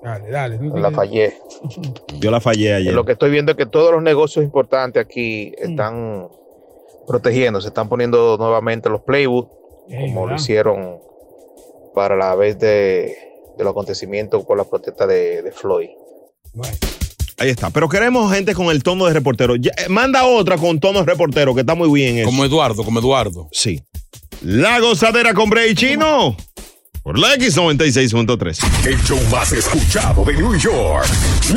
Speaker 3: Dale, dale. no
Speaker 14: la
Speaker 3: te-
Speaker 14: fallé.
Speaker 1: Yo la fallé ayer.
Speaker 14: Lo que estoy viendo es que todos los negocios importantes aquí están protegiendo, se están poniendo nuevamente los playbooks, como lo hicieron para la vez de, de los acontecimientos por la protesta de, de Floyd.
Speaker 1: Ahí está. Pero queremos gente con el tono de reportero. Ya, eh, manda otra con tono de reportero, que está muy bien eso.
Speaker 4: Como Eduardo, como Eduardo.
Speaker 1: Sí. La gozadera con Bray Chino. Por la X96.3.
Speaker 6: El show más escuchado de New York.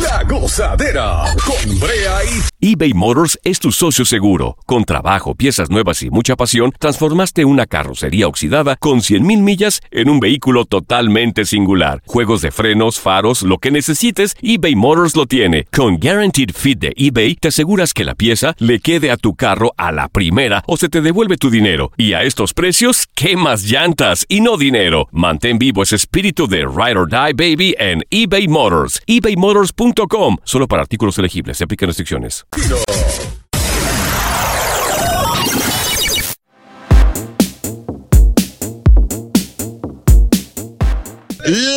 Speaker 6: La gozadera con Brea y
Speaker 5: eBay Motors es tu socio seguro. Con trabajo, piezas nuevas y mucha pasión, transformaste una carrocería oxidada con 100.000 millas en un vehículo totalmente singular. Juegos de frenos, faros, lo que necesites, eBay Motors lo tiene. Con Guaranteed Fit de eBay, te aseguras que la pieza le quede a tu carro a la primera o se te devuelve tu dinero. Y a estos precios, ¿qué más llantas y no dinero? Mantén vivo ese espíritu de Ride or Die Baby en eBay Motors. ebaymotors.com. Solo para artículos elegibles. Se aplican restricciones.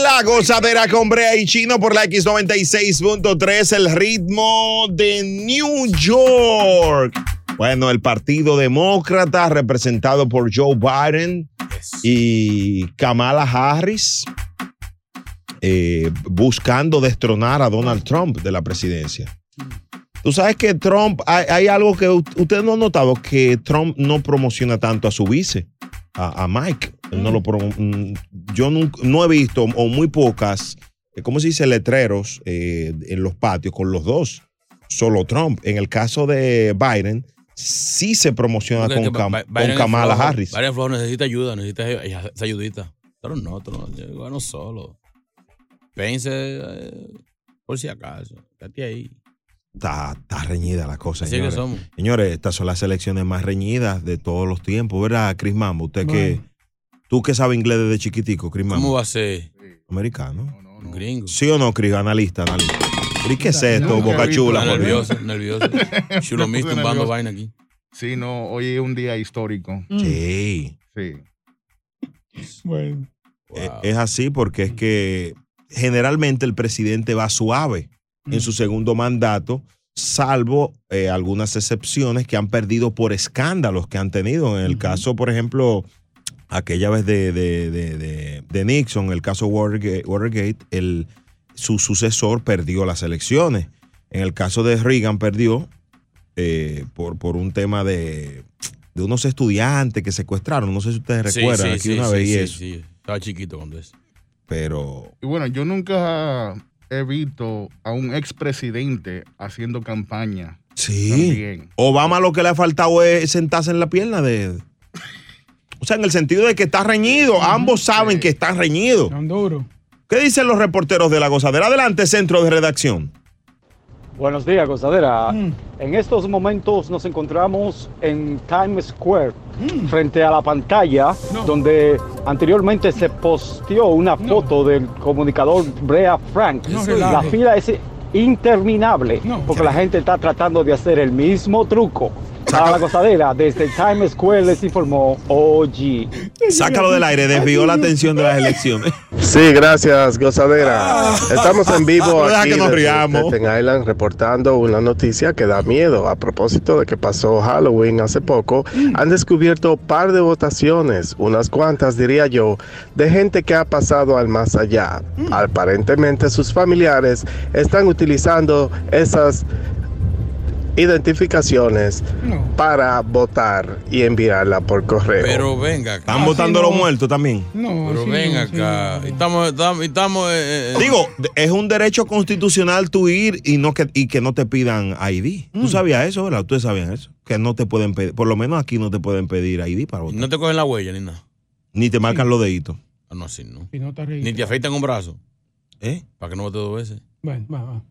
Speaker 1: La gozadera con Brea y Chino por la X96.3, el ritmo de New York. Bueno, el Partido Demócrata, representado por Joe Biden y Kamala Harris, eh, buscando destronar a Donald Trump de la presidencia. Tú sabes que Trump, hay, hay algo que u- ustedes no han notado, que Trump no promociona tanto a su vice, a, a Mike. Él no lo promo- mm, yo nunca- no he visto, o muy pocas, eh, ¿cómo se dice? Letreros eh, en los patios con los dos. Solo Trump. En el caso de Biden, sí se promociona
Speaker 4: Porque
Speaker 1: con,
Speaker 4: es que
Speaker 1: Cam-
Speaker 4: Bi-
Speaker 1: con
Speaker 4: Biden es
Speaker 1: Kamala
Speaker 4: flojo,
Speaker 1: Harris.
Speaker 4: Biden es flojo, necesita ayuda, necesita esa esa ayudita. Pero no, tú no, yo gano solo. Pense eh, por si acaso. Quédate ahí.
Speaker 1: Está, está reñida la cosa.
Speaker 4: Así
Speaker 1: señores.
Speaker 4: que somos.
Speaker 1: Señores, estas son las elecciones más reñidas de todos los tiempos, ¿verdad, Chris Mambo? Usted que. Tú que sabes inglés desde chiquitico, Chris Mambo.
Speaker 4: ¿Cómo va a ser?
Speaker 1: Americano.
Speaker 4: Gringo.
Speaker 1: ¿Sí o no, Chris? Analista, analista. ¿Y qué es esto, Boca Chula? por Dios?
Speaker 4: Nervioso, nervioso. Chulo
Speaker 12: Me
Speaker 4: mío
Speaker 12: puse
Speaker 4: tumbando
Speaker 12: nervioso.
Speaker 4: vaina aquí.
Speaker 12: Sí, no, hoy es un día histórico.
Speaker 1: Sí.
Speaker 12: Sí.
Speaker 2: Bueno.
Speaker 1: Eh, Es así porque es que generalmente el presidente va suave
Speaker 4: Mm.
Speaker 1: en su segundo mandato, salvo eh, algunas excepciones que han perdido por escándalos que han tenido. En el caso, por ejemplo, aquella vez de, de- de- de- de Nixon, el caso Watergate, Watergate, el, su sucesor perdió las elecciones. En el caso de Reagan perdió eh, por, por un tema de, de unos estudiantes que secuestraron. No sé si ustedes
Speaker 4: Sí,
Speaker 1: recuerdan
Speaker 4: sí,
Speaker 1: aquí
Speaker 4: sí,
Speaker 1: una
Speaker 4: sí,
Speaker 1: vez y
Speaker 4: sí,
Speaker 1: eso.
Speaker 4: sí. Estaba chiquito cuando es.
Speaker 1: Pero
Speaker 12: Y bueno, yo nunca he visto a un expresidente haciendo campaña.
Speaker 1: Sí.
Speaker 12: También.
Speaker 1: Obama lo que le ha faltado es sentarse en la pierna de. O sea, en el sentido de que está reñido. Ambos saben que están reñidos. ¿Qué dicen los reporteros de la gozadera? Adelante, centro de redacción.
Speaker 7: Buenos días, gozadera.
Speaker 15: Mm.
Speaker 7: En estos momentos nos encontramos en Times Square,
Speaker 15: Mm.
Speaker 7: frente a la pantalla donde anteriormente se posteó una foto del comunicador Brea Frank.
Speaker 15: No,
Speaker 7: la
Speaker 15: relaje.
Speaker 7: fila es interminable porque la gente está tratando de hacer el mismo truco. Para la gozadera, desde Times Square les informó OG.
Speaker 1: Sácalo del aire, desvió la atención de las elecciones. Ah.
Speaker 23: Sí, gracias, gozadera. Estamos en vivo
Speaker 1: Deja
Speaker 23: aquí
Speaker 1: que nos
Speaker 23: desde
Speaker 1: riamos.
Speaker 23: Staten Island reportando una noticia que da miedo. A propósito de que pasó Halloween hace poco, han descubierto un par de votaciones, unas cuantas diría yo, de gente que ha pasado al más allá. Aparentemente sus familiares están utilizando esas identificaciones para votar y enviarla por correo.
Speaker 4: Pero venga Ah, acá.
Speaker 1: Están votando los muertos también.
Speaker 2: No,
Speaker 4: Pero ven acá. Estamos, estamos, estamos, eh, eh,
Speaker 1: Digo, es un derecho constitucional tú ir y, no que, y que no te pidan ID. Tú sabías eso, ¿verdad? Ustedes sabían eso. Que no te pueden pedir, por lo menos aquí no te pueden pedir ID para votar.
Speaker 4: No te cogen la huella ni nada.
Speaker 1: Ni te marcan los deditos.
Speaker 4: Ah, No, así no.
Speaker 2: Y no te ríes.
Speaker 4: Ni te afeitan un brazo.
Speaker 1: ¿Eh?
Speaker 4: Para que no vote dos veces.
Speaker 2: Bueno, va, va.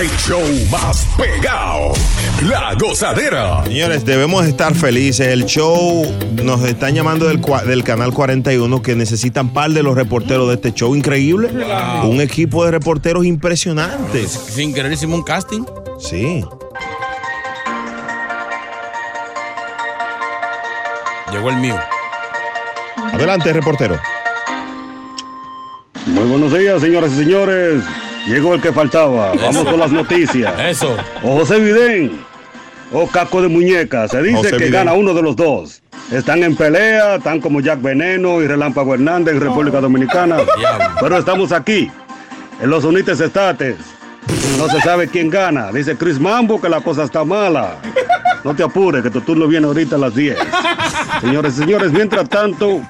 Speaker 6: El show más pegado. La gozadera.
Speaker 1: Señores, debemos estar felices. El show nos están llamando del, cua- del canal 41 que necesitan par de los reporteros de este show increíble.
Speaker 4: Wow.
Speaker 1: Un equipo de reporteros impresionantes.
Speaker 4: Sin querer hicimos un casting.
Speaker 1: Sí.
Speaker 4: Llegó el mío.
Speaker 1: Adelante, reportero.
Speaker 24: Muy buenos días, señoras y señores. Llegó el que faltaba. Vamos
Speaker 4: Eso.
Speaker 24: con las noticias.
Speaker 4: Eso.
Speaker 24: O José Vidén o Caco de Muñeca. Se dice
Speaker 25: José
Speaker 24: que
Speaker 25: Vidén.
Speaker 24: gana uno de los dos. Están en pelea, están como Jack Veneno y Relámpago Hernández en República Dominicana. Pero estamos aquí, en los Unites Estates. No se sabe quién gana. Dice Chris Mambo que la cosa está mala. No te apures, que tu turno viene ahorita a las 10. Señores y señores, mientras tanto,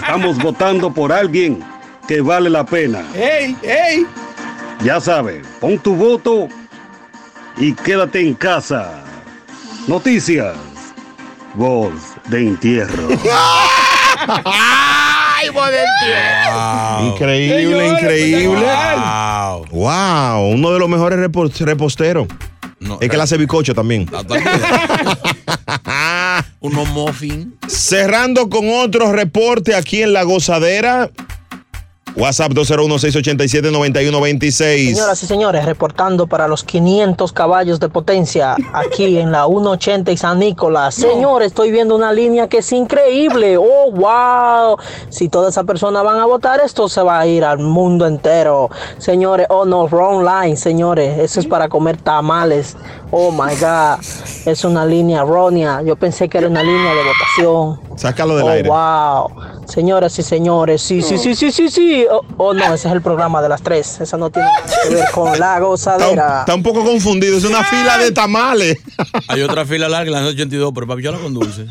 Speaker 24: Estamos votando por alguien que vale la pena.
Speaker 26: ¡Ey, ey!
Speaker 24: Ya sabes, pon tu voto y quédate en casa. Noticias. Voz de entierro.
Speaker 1: ¡Ay, Increíble, increíble. Wow. uno de los mejores repos- reposteros. es que la hace bicocho también.
Speaker 4: Uno muffin.
Speaker 1: Cerrando con otro reporte aquí en La Gozadera. WhatsApp 201-687-9126.
Speaker 27: Señoras y señores, reportando para los 500 caballos de potencia aquí en la 180 y San Nicolás. Señor, estoy viendo una línea que es increíble. Oh, wow. Si todas esas personas van a votar, esto se va a ir al mundo entero. Señores, oh no, wrong line, señores. Eso es para comer tamales. Oh my God. Es una línea errónea. Yo pensé que era una línea de votación.
Speaker 1: Sácalo
Speaker 27: del
Speaker 1: aire.
Speaker 27: Wow. Señoras y señores, sí, sí, sí, sí, sí, sí. Oh, oh, no, ese es el programa de las tres. Esa no tiene nada que ver con la gozadera.
Speaker 1: Está un poco confundido, es una fila de tamales.
Speaker 4: Hay otra fila larga, la 82, pero papi, yo la con dulce.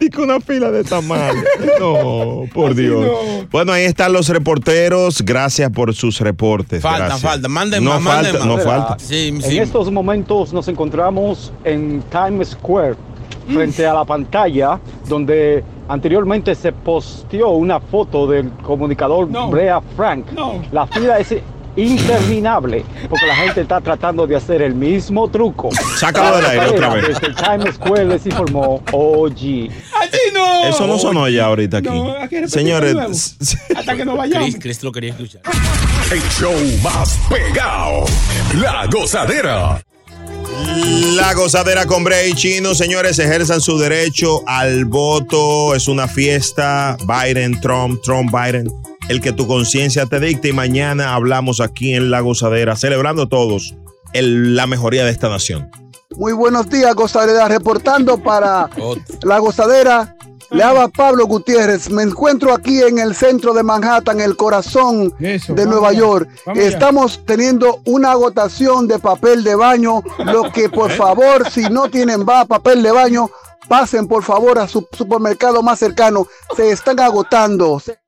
Speaker 1: Digo una fila de tamales. No, por
Speaker 4: Así
Speaker 1: Dios.
Speaker 4: no.
Speaker 1: Bueno, ahí están los reporteros. Gracias por sus reportes.
Speaker 4: Falta,
Speaker 1: Gracias.
Speaker 4: falta. Manden
Speaker 1: no falta,
Speaker 4: más, manden más.
Speaker 1: No
Speaker 4: Mira,
Speaker 1: falta.
Speaker 4: Sí,
Speaker 7: En estos momentos nos encontramos en Times Square, frente a la pantalla donde anteriormente se posteó una foto del comunicador Brea Frank. La fila es interminable porque la gente está tratando de hacer el mismo truco.
Speaker 1: Sácalo del aire otra vez.
Speaker 7: Desde Times Square les informó OG.
Speaker 3: ¡Ah,
Speaker 1: Eso no sonó ya ahorita aquí.
Speaker 7: No, hay que repetirlo de nuevo.
Speaker 1: Señores,
Speaker 26: Hasta que no
Speaker 4: Chris, Chris lo quería escuchar.
Speaker 6: El show más pegado. La gozadera.
Speaker 1: La gozadera con Brea y Chino, señores, ejerzan su derecho al voto. Es una fiesta. Biden, Trump, Trump, Biden. El que tu conciencia te dicte. Y mañana hablamos aquí en La Gozadera, celebrando todos el- la mejoría de esta nación.
Speaker 16: Muy buenos días, Gozadera. Reportando para La Gozadera, le habla Pablo Gutiérrez. Me encuentro aquí en el centro de Manhattan, el corazón de
Speaker 2: vamos
Speaker 16: Nueva
Speaker 2: allá,
Speaker 16: York.
Speaker 2: vamos allá.
Speaker 16: Estamos teniendo una agotación de papel de baño. Lo que, por favor, si no tienen va- papel de baño, pasen por favor a su supermercado más cercano. Se están agotando. Se-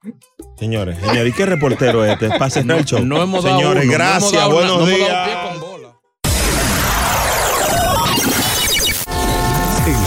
Speaker 1: Señores, señores, ¿y qué reportero es este? Pase el show.
Speaker 4: No hemos dado
Speaker 1: señores,
Speaker 4: uno, no
Speaker 1: gracias,
Speaker 4: hemos dado
Speaker 1: buenos
Speaker 4: una- no hemos dado
Speaker 1: días.
Speaker 6: El